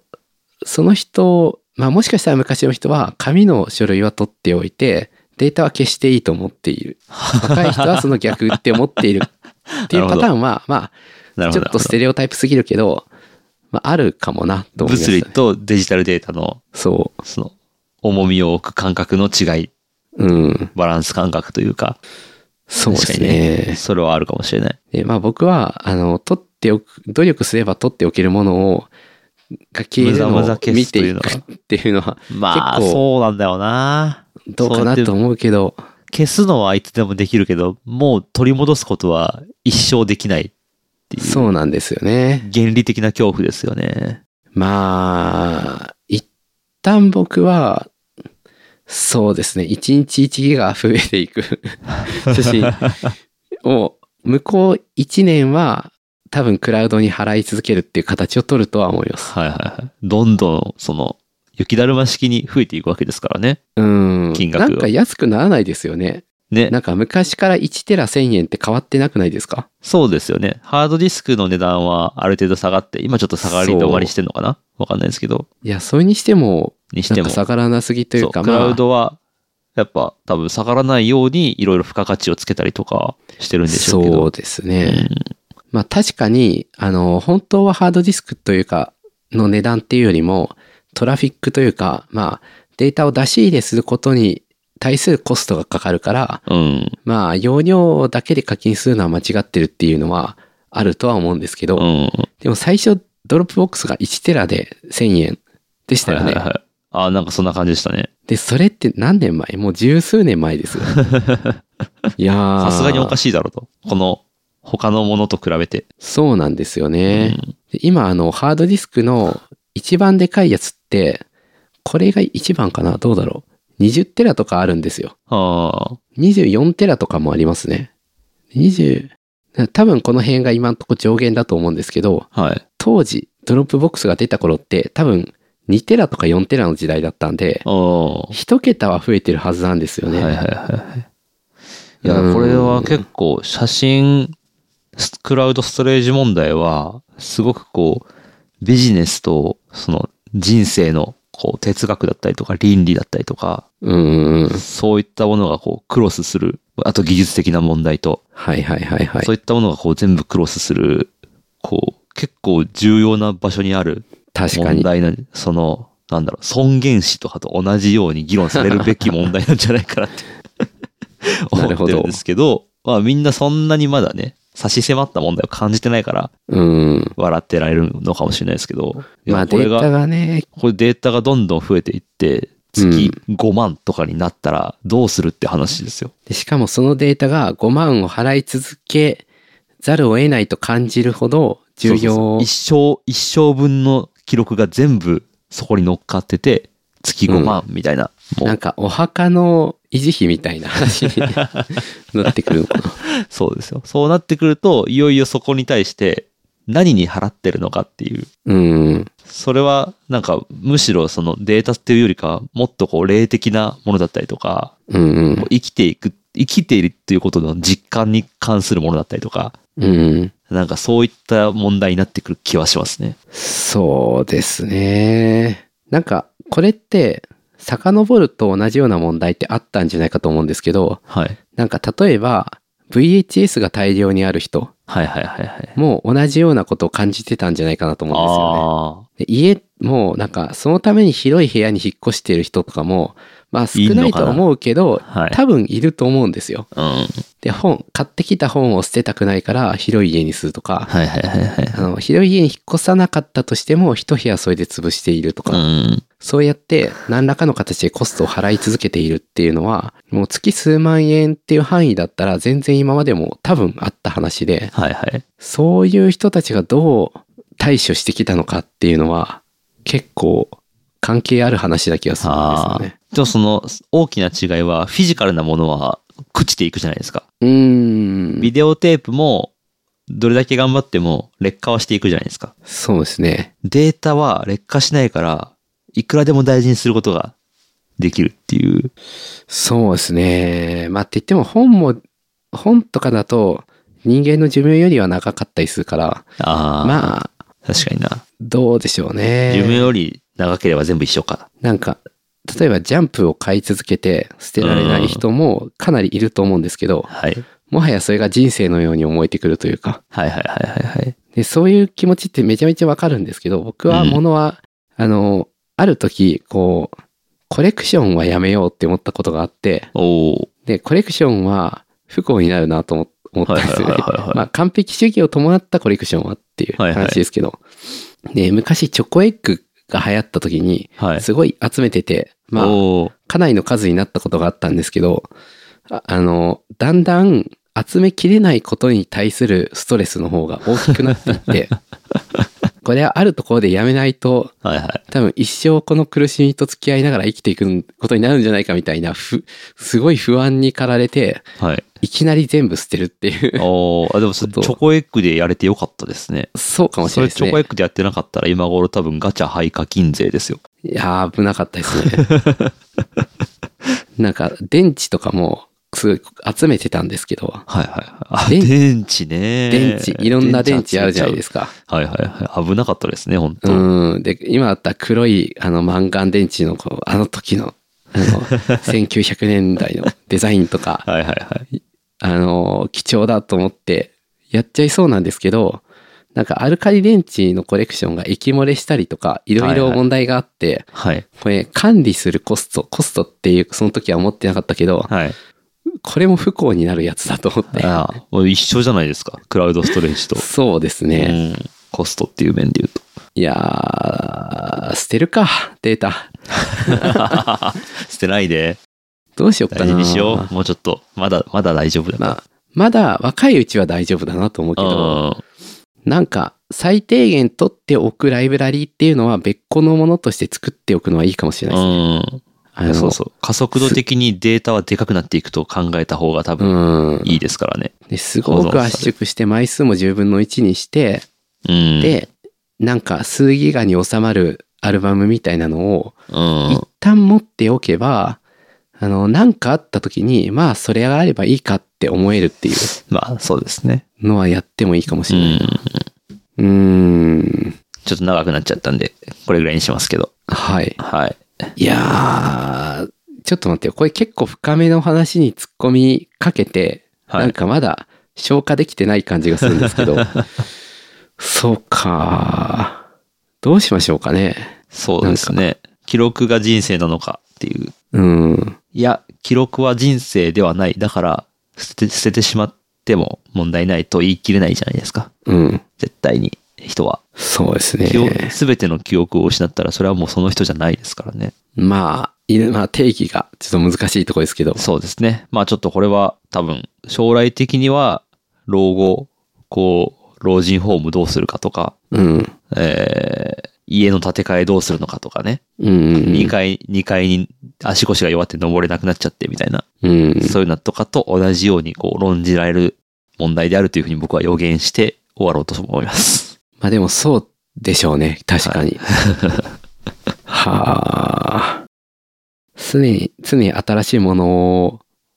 Speaker 2: その人、まあもしかしたら昔の人は紙の書類は取っておいて、データは消していいと思ってい
Speaker 1: (laughs)
Speaker 2: る。若い人はその逆って思っているっていうパターンは、ま
Speaker 1: な
Speaker 2: あ、
Speaker 1: る
Speaker 2: ち
Speaker 1: ほ
Speaker 2: ょ
Speaker 1: ど。
Speaker 2: っとステレオタイプすぎるけど、まああるかもなと思いました、
Speaker 1: 物
Speaker 2: ね。
Speaker 1: 理とデジタルデータの、
Speaker 2: そ
Speaker 1: その、重みを置く感覚の違い、
Speaker 2: う。うん。
Speaker 1: バランス感覚というか、
Speaker 2: そうです
Speaker 1: 確かに
Speaker 2: ね
Speaker 1: ね。それはあるかもしれない。
Speaker 2: で、まあ僕は、あの、取っておく、努力すれば取っておけるものを、が消えるの
Speaker 1: 無駄無駄
Speaker 2: を
Speaker 1: 消
Speaker 2: 見
Speaker 1: すと
Speaker 2: て
Speaker 1: い
Speaker 2: いう
Speaker 1: の
Speaker 2: く
Speaker 1: は
Speaker 2: っていうのは、
Speaker 1: まあ、
Speaker 2: 結構
Speaker 1: そうなんだよな。
Speaker 2: どうかなと思うけど、
Speaker 1: 消すのはいつでもできるけど、もう取り戻すことは一生できないっていう、
Speaker 2: そうなんですよね。
Speaker 1: 原理的な恐怖ですよね。
Speaker 2: まあ、一旦僕は、そうですね、1日1ギガ増えていく
Speaker 1: (laughs)
Speaker 2: 写真を向こう1年は多分クラウドに払い続けるっていう形を取るとは思います。
Speaker 1: はいはいはい。どんどん、その、雪だるま式に増えていくわけですからね。
Speaker 2: うん。
Speaker 1: 金額
Speaker 2: なんか安くならないですよね。
Speaker 1: ね。
Speaker 2: なんか昔から1テラ1000円って変わってなくないですか
Speaker 1: そうですよね。ハードディスクの値段はある程度下がって、今ちょっと下がり止まりしてんのかなわかんないですけど。
Speaker 2: いや、それにしても、
Speaker 1: にし
Speaker 2: な
Speaker 1: て
Speaker 2: ん
Speaker 1: も。
Speaker 2: か下がらなすぎというか、
Speaker 1: そうクラウ
Speaker 2: まあ、
Speaker 1: ドは、やっぱ多分下がらないようにいろいろ付加価値をつけたりとかしてるんでしょうけど。
Speaker 2: そうですね。
Speaker 1: うん
Speaker 2: まあ確かに、あの、本当はハードディスクというか、の値段っていうよりも、トラフィックというか、まあ、データを出し入れすることに対するコストがかかるから、
Speaker 1: うん。
Speaker 2: まあ、容量だけで課金するのは間違ってるっていうのはあるとは思うんですけど、
Speaker 1: うん。
Speaker 2: でも最初、ドロップボックスが1テラで1000円でしたよね。
Speaker 1: はいはいはい。ああ、なんかそんな感じでしたね。
Speaker 2: で、それって何年前もう十数年前
Speaker 1: (laughs)
Speaker 2: ですよ。いやー
Speaker 1: さすがにおかしいだろうと。この、他のものと比べて。
Speaker 2: そうなんですよ
Speaker 1: う
Speaker 2: ね。
Speaker 1: ん
Speaker 2: で今、あの、ハードディスクの一番でかいやつって、これが一番かなどうだろう ?20 テラとかあるんですよ。
Speaker 1: あ
Speaker 2: 24テラとかもありますね。20、多分この辺が今んとこ上限だと思うんですけど、
Speaker 1: あ、はい。
Speaker 2: 当時、ドロップボックスが出た頃って、多分2テラとか4テラの時代だったんで、
Speaker 1: おー
Speaker 2: 1桁は増えてるはずなんですよね。
Speaker 1: はいはいはい。いや
Speaker 2: う、ん
Speaker 1: これは結構写真、スクラウドストレージ問題は、すごくこう、ビジネスと、その人生の、こう、哲学だったりとか、倫理だったりとか、
Speaker 2: うんうんうん。
Speaker 1: そういったものがこう、クロスする。あと技術的な問題と、
Speaker 2: はいはいはいはい。
Speaker 1: そういったものがこう、全部クロスする、こう、結構重要な場所にある
Speaker 2: 確か
Speaker 1: 問
Speaker 2: に。
Speaker 1: 題なん、その、なんだろう、尊厳死とかと同じように議論されるべき問題なんじゃないかなって思
Speaker 2: (laughs) なる
Speaker 1: っ
Speaker 2: ほ
Speaker 1: て
Speaker 2: ど
Speaker 1: るんですけど、まあみんなそんなにまだね、差し迫った問題を感じてないから、
Speaker 2: うん。
Speaker 1: 笑ってられるのかもしれないですけど、いや
Speaker 2: まあデ
Speaker 1: これ
Speaker 2: ータ
Speaker 1: が、
Speaker 2: がね、
Speaker 1: これデータがどんどん増えていって、月5万とかになったらどうするって話ですよ。
Speaker 2: でしかもそのデータが5万を払い続けざるを得ないと感じるほど
Speaker 1: そ
Speaker 2: 重
Speaker 1: うそうそ
Speaker 2: 要
Speaker 1: う一生、一生分の記録が全部そこに乗っかってて、月5万みたいな、もう
Speaker 2: なんかお墓の維持費みたいな話になってくる
Speaker 1: (laughs)
Speaker 2: のかな。
Speaker 1: そうですよ。そうなってくると、いよいよそこに対して何に払ってるのかっていう。
Speaker 2: うん。
Speaker 1: それは、なんか、むしろそのデータっていうよりかは、もっとこう、霊的なものだったりとか、
Speaker 2: うんうん
Speaker 1: こう生きていく、生きているっていうことの実感に関するものだったりとか、。
Speaker 2: うん。
Speaker 1: なんかそういった問題になってくる気はしますね。
Speaker 2: そうですね。なんかこれって遡ると同じような問題ってあったんじゃないかと思うんですけど、
Speaker 1: はい。
Speaker 2: なんか例えば VHS が大量にある人
Speaker 1: はいはいはいはい。
Speaker 2: も同じようなことを感じてたんじゃないかなと思うんですよね。
Speaker 1: ああ
Speaker 2: で家もなんかそのために広い部屋に引っ越してる人とかもまあ少ないとは思うけど
Speaker 1: ー、はい。
Speaker 2: 多分いると思うんですよ。
Speaker 1: うん。はい
Speaker 2: で本買ってきた本を捨てたくないから広い家にするとか
Speaker 1: はいはいはい。
Speaker 2: あの広い家に引っ越さなかったとしても一部屋それで潰していると
Speaker 1: う
Speaker 2: か、
Speaker 1: ん。
Speaker 2: そうやって何らかの形でコストを払い続けているっていうのはもう月数万円っていう範囲だったら全然今までも多分あった話で
Speaker 1: はいはい。
Speaker 2: そういう人たちがどう対処してきたのかっていうのは、結構関係ある話だ気がするんです
Speaker 1: あ
Speaker 2: よ
Speaker 1: あ
Speaker 2: ね。。
Speaker 1: でもその大きな違いは、フィジカルなものは朽ちていくじゃないですか。
Speaker 2: うー
Speaker 1: ビ
Speaker 2: ん。
Speaker 1: デオテープも、どれだけ頑張っても劣化はしていくじゃないですか。
Speaker 2: そうですね。
Speaker 1: データは劣化しないから、いくらでも大事にすることができるっていう。
Speaker 2: そうですね。まあって言っても本も、本とかだと人間の寿命よりは長かったりするから、
Speaker 1: ああ、
Speaker 2: まあ、
Speaker 1: 確かにな。
Speaker 2: どうでしょうね。
Speaker 1: 寿命より長ければ全部一緒か。
Speaker 2: なんか、例えばジャンプを買い続けて捨てられない人もかなりいると思うんですけど、
Speaker 1: はい。
Speaker 2: もはやそれが人生のように思えてくるというか、
Speaker 1: はいはいはいはいはい。
Speaker 2: で、そういう気持ちってめちゃめちゃわかるんですけど、僕は
Speaker 1: うん
Speaker 2: 物は、あの、ある時、こう、コレクションはやめようって思ったことがあって、
Speaker 1: おー
Speaker 2: で、コレクションは不幸になるなと思思ったんですよ
Speaker 1: はいはい
Speaker 2: ね
Speaker 1: はいはいは。い
Speaker 2: (laughs) まあ、完璧主義を伴ったコレクションはっていう
Speaker 1: はいはい
Speaker 2: 話ですけど、で、昔チョコエッグが流行った時に、
Speaker 1: はい。
Speaker 2: すごい集めてて、まあ、
Speaker 1: おー
Speaker 2: かなりの数になったことがあったんですけど、ああの、だんだん集めきれないことに対するストレスの方が大きくなって
Speaker 1: (laughs)
Speaker 2: いって、これはあるところでやめないと、
Speaker 1: はいはい。
Speaker 2: 多分一生この苦しみと付き合いながら生きていくことになるんじゃないかみたいな、ふ、すごい不安に駆られて、 (laughs)
Speaker 1: はい。
Speaker 2: いきなり全部捨てるっ
Speaker 1: (laughs)
Speaker 2: ていう。
Speaker 1: おーあ、でもそれチョコエッグでやれてよかったですね。
Speaker 2: そうかもしれないです
Speaker 1: それチョコエ
Speaker 2: ね。
Speaker 1: ッグでやってなかったら今頃多分ガチャ廃課金税ですよ。
Speaker 2: いやー、危なかったですね。
Speaker 1: (laughs)
Speaker 2: なんか、電池とかも、すごい集めてたんですけど、
Speaker 1: はいはいはい。あ、
Speaker 2: 電
Speaker 1: 電池ね。
Speaker 2: 電池、いろんな電池あるじゃないですすか。
Speaker 1: か。はいはいはい。危なかったですね、本当、
Speaker 2: うん。で、今あった黒い、あの、マンガン電池の、こう、あの時の、あの、1900年代のデザインとか、
Speaker 1: はいはいはい。
Speaker 2: あの、貴重だと思って、やっちゃいそうなんですけど、なんかアルカリ電池のコレクションが液漏れしたりとか、いろい
Speaker 1: はい
Speaker 2: ろ
Speaker 1: はい
Speaker 2: 問題があって、
Speaker 1: はい。
Speaker 2: これ管理するコスト、コストっていう、その時は思ってなかったけど、
Speaker 1: はい。
Speaker 2: これも不幸になるやつだと思って。
Speaker 1: ああ、もう一緒じゃないですか。クラウドストレージと。
Speaker 2: そうですね。
Speaker 1: うん。コストっていう面で言うと。 (laughs)
Speaker 2: いやー、捨てるか、データ。
Speaker 1: 捨てないで。
Speaker 2: どうしようか
Speaker 1: 大
Speaker 2: な。
Speaker 1: 事にしよう。もうちょっと。まだ、まだ大丈夫だ。
Speaker 2: まあ、まだ若いうちは大丈夫だなと思うけど、
Speaker 1: うん
Speaker 2: なんか最低限取っておくライブラリーっていうのは別個のものとして作っておくのはいいかもしれないですね。あ
Speaker 1: う
Speaker 2: の
Speaker 1: ん。そうそう。加速度的にデータはでかくなっていくと考えた方が多分
Speaker 2: うん。
Speaker 1: いいですからね。
Speaker 2: ですごく圧縮して枚数も10分の1にして、
Speaker 1: うん。、
Speaker 2: で、なんか数ギガに収まるアルバムみたいなのを
Speaker 1: うん
Speaker 2: 一。旦持っておけば、あの、なんかあった時に、まあそれがあればいいかって思えるっていう
Speaker 1: まあ、そうですね。
Speaker 2: のはやってもいいかもし
Speaker 1: う
Speaker 2: れない。
Speaker 1: ん。
Speaker 2: うーん。
Speaker 1: ちょっと長くなっちゃったんで、これぐらいにしますけど。
Speaker 2: はい。
Speaker 1: はい。
Speaker 2: いやー、ちょっと待ってよ。これ結構深めの話に突っ込みかけて、
Speaker 1: はい
Speaker 2: なんかまだ消化できてない感じがするんです
Speaker 1: (laughs)
Speaker 2: けど。そうかどうしましょうかね。
Speaker 1: そうですね。記録が人生なのかっていう。
Speaker 2: うん。
Speaker 1: いや、記録は人生ではない。だから、捨て、捨ててしまっても問題ないと言い切れないじゃないですか。
Speaker 2: うん。
Speaker 1: 絶対に、人は。
Speaker 2: そうです
Speaker 1: 記憶
Speaker 2: ね。
Speaker 1: すべての記憶を失ったら、それはもうその人じゃないですからね。
Speaker 2: まあ、いまあ定義がちょっと難しいとこですけど。
Speaker 1: そうですね。まあちょっとこれは多分、将来的には、老後、こう、老人ホームどうするかとか、
Speaker 2: うん。
Speaker 1: えー家の建て替えどうするのかとかね。
Speaker 2: うん。
Speaker 1: 2階、二階に足腰が弱って登れなくなっちゃってみたいな、
Speaker 2: うん。
Speaker 1: そういうのとかと同じようにこう論じられる問題であるというふうに僕は予言して終わろうと思い
Speaker 2: (laughs)
Speaker 1: ます。
Speaker 2: まあでもそうでしょうね。確かに。はあ。常に、常に新しいもの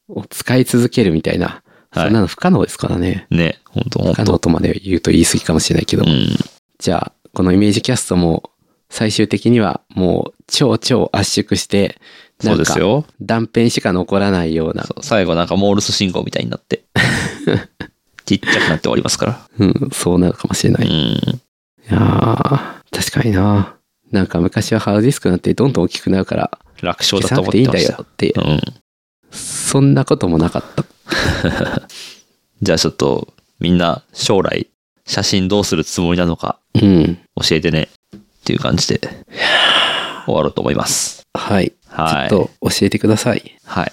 Speaker 2: を使い続けるみたいな。
Speaker 1: はい
Speaker 2: そんなの不可能ですからね。
Speaker 1: ね、本当
Speaker 2: 不可
Speaker 1: 本
Speaker 2: 能
Speaker 1: 当
Speaker 2: とまで言うと言い過ぎかもしれないけど。
Speaker 1: うん。
Speaker 2: じゃあ、このイメージキャストも最終的にはもう超超圧縮して、な
Speaker 1: そうんで
Speaker 2: か
Speaker 1: すよ。
Speaker 2: 断片しか残らないような。
Speaker 1: そう最後なんかモールス信号みたいにな
Speaker 2: (laughs)
Speaker 1: って、ちっちゃくなって終わりますから。
Speaker 2: うん、そうなるかもしれ
Speaker 1: う
Speaker 2: ない。い
Speaker 1: ん。
Speaker 2: やー確かにな。なんか昔はハードディスクなんてどんどん大きくなるから、
Speaker 1: 楽勝
Speaker 2: 消
Speaker 1: だ
Speaker 2: さ
Speaker 1: と
Speaker 2: な
Speaker 1: 思
Speaker 2: く
Speaker 1: って
Speaker 2: い
Speaker 1: て
Speaker 2: いん
Speaker 1: ま
Speaker 2: だ
Speaker 1: した
Speaker 2: よ。って
Speaker 1: うん。
Speaker 2: そんなこともなかった。
Speaker 1: じゃあちょっとみんな将来写真どうするつもりなのか
Speaker 2: うん。
Speaker 1: 教えてねっていう感じで終わろうと思います。
Speaker 2: はい。
Speaker 1: はい。
Speaker 2: ちょっと教えてください。
Speaker 1: はい。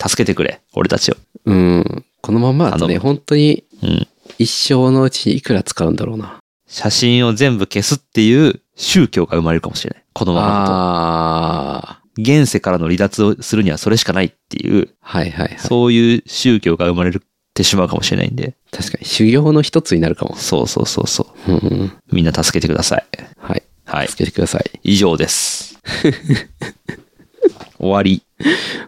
Speaker 1: 助けてくれ、俺たちを。
Speaker 2: うん。このまんまだとね、
Speaker 1: 頼む
Speaker 2: 本当に
Speaker 1: うん。
Speaker 2: 一生のうちいくら使うんだろうな。
Speaker 1: 写真を全部消すっていう宗教が生まれるかもしれない。このままだと。
Speaker 2: あー。
Speaker 1: 現世からの離脱をするにはそれしかないっていう、
Speaker 2: はいはいはい。
Speaker 1: そういう宗教が生まれてしまうかもしれないんで。
Speaker 2: 確かに修行の一つになるかも。
Speaker 1: そうそうそうそう。
Speaker 2: うんうん。
Speaker 1: みんな助けてください。
Speaker 2: はい。
Speaker 1: はい。
Speaker 2: つけてください。
Speaker 1: 以上
Speaker 2: (laughs)
Speaker 1: です。終わり。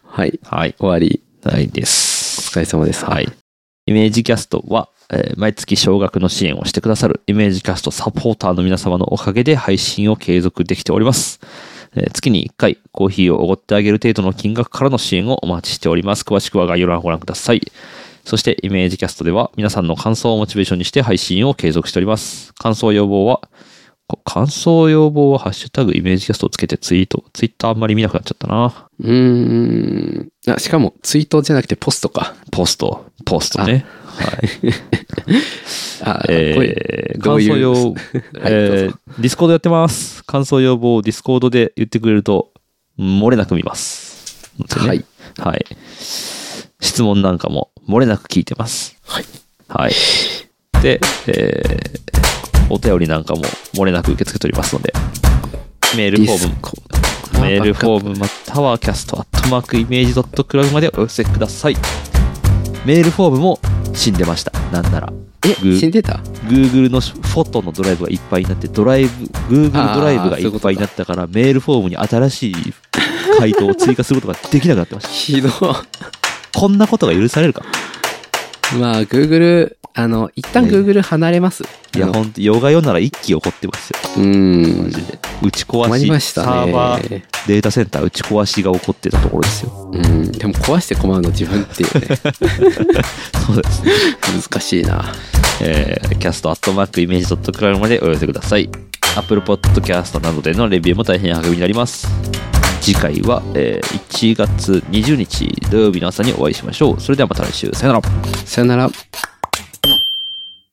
Speaker 2: はい。
Speaker 1: はい。
Speaker 2: 終わり。
Speaker 1: ないで
Speaker 2: お
Speaker 1: す。
Speaker 2: 疲れ様です。
Speaker 1: はい。。イメージキャストは、えー毎月少額の支援をしてくださるイメージキャストサポーターの皆様のおかげで配信を継続できております。えー月に1回コーヒーをおごってあげる程度の金額からの支援をお待ちしております。詳しくは概要欄をご覧ください。そしてイメージキャストでは皆さんの感想をモチベーションにして配信を継続しております。感想要望は、こ感想要望はハッシュタグイメージキャストをつけてツイート。ツイッターあんまり見なくなっちゃったな。
Speaker 2: うーん。あ、しかも、ツイートじゃなくてポストか。
Speaker 1: ポスト、ポストね。はい。
Speaker 2: あ、これ、
Speaker 1: えー、
Speaker 2: どう
Speaker 1: 感
Speaker 2: いう
Speaker 1: 想 (laughs) 用、
Speaker 2: はいどう
Speaker 1: えーディスコードやってます。感想要望をディスコードで言ってくれると、漏れなく見ます。
Speaker 2: はい。
Speaker 1: はい。質問なんかも漏れなく聞いてます。
Speaker 2: はい。
Speaker 1: はい。で、えーお便りなんかも漏れなく受け付けておりますので、メールフォーム、
Speaker 2: ム
Speaker 1: メールフォームまたはキャストアットマークイメージドットクラブまでお寄せください。メールフォームも死んでましたなんなら
Speaker 2: え、死んでた
Speaker 1: Google のフォトのドライブがいっぱいになってドライブ Google
Speaker 2: あー
Speaker 1: ドライブがいっぱいになったからメールフォームに新しい回答を追加することができなくなってまし
Speaker 2: ひどい。 (laughs)
Speaker 1: たこんなことが許されるか
Speaker 2: まあ、Google、あの、一旦
Speaker 1: ね
Speaker 2: Google 離れます。
Speaker 1: いや
Speaker 2: あの
Speaker 1: ほんとヨガヨなら一気怒ってますよ
Speaker 2: うん。
Speaker 1: マジで打ち壊
Speaker 2: 困
Speaker 1: し
Speaker 2: りましたね。
Speaker 1: サーバーデータセンター打ち壊しが起こってたところですよ
Speaker 2: うん。でも壊して困るの自分っ
Speaker 1: (laughs)
Speaker 2: ていうね。
Speaker 1: そうですね
Speaker 2: 難しいな。
Speaker 1: えー、キャストアットマークイメージドットクラウまでお寄せください Apple Podcast などでのレビューも大変励みになります次回は、えー1月20日土曜日の朝にお会いしましょうそれではまた来週さよなら
Speaker 2: さよなら。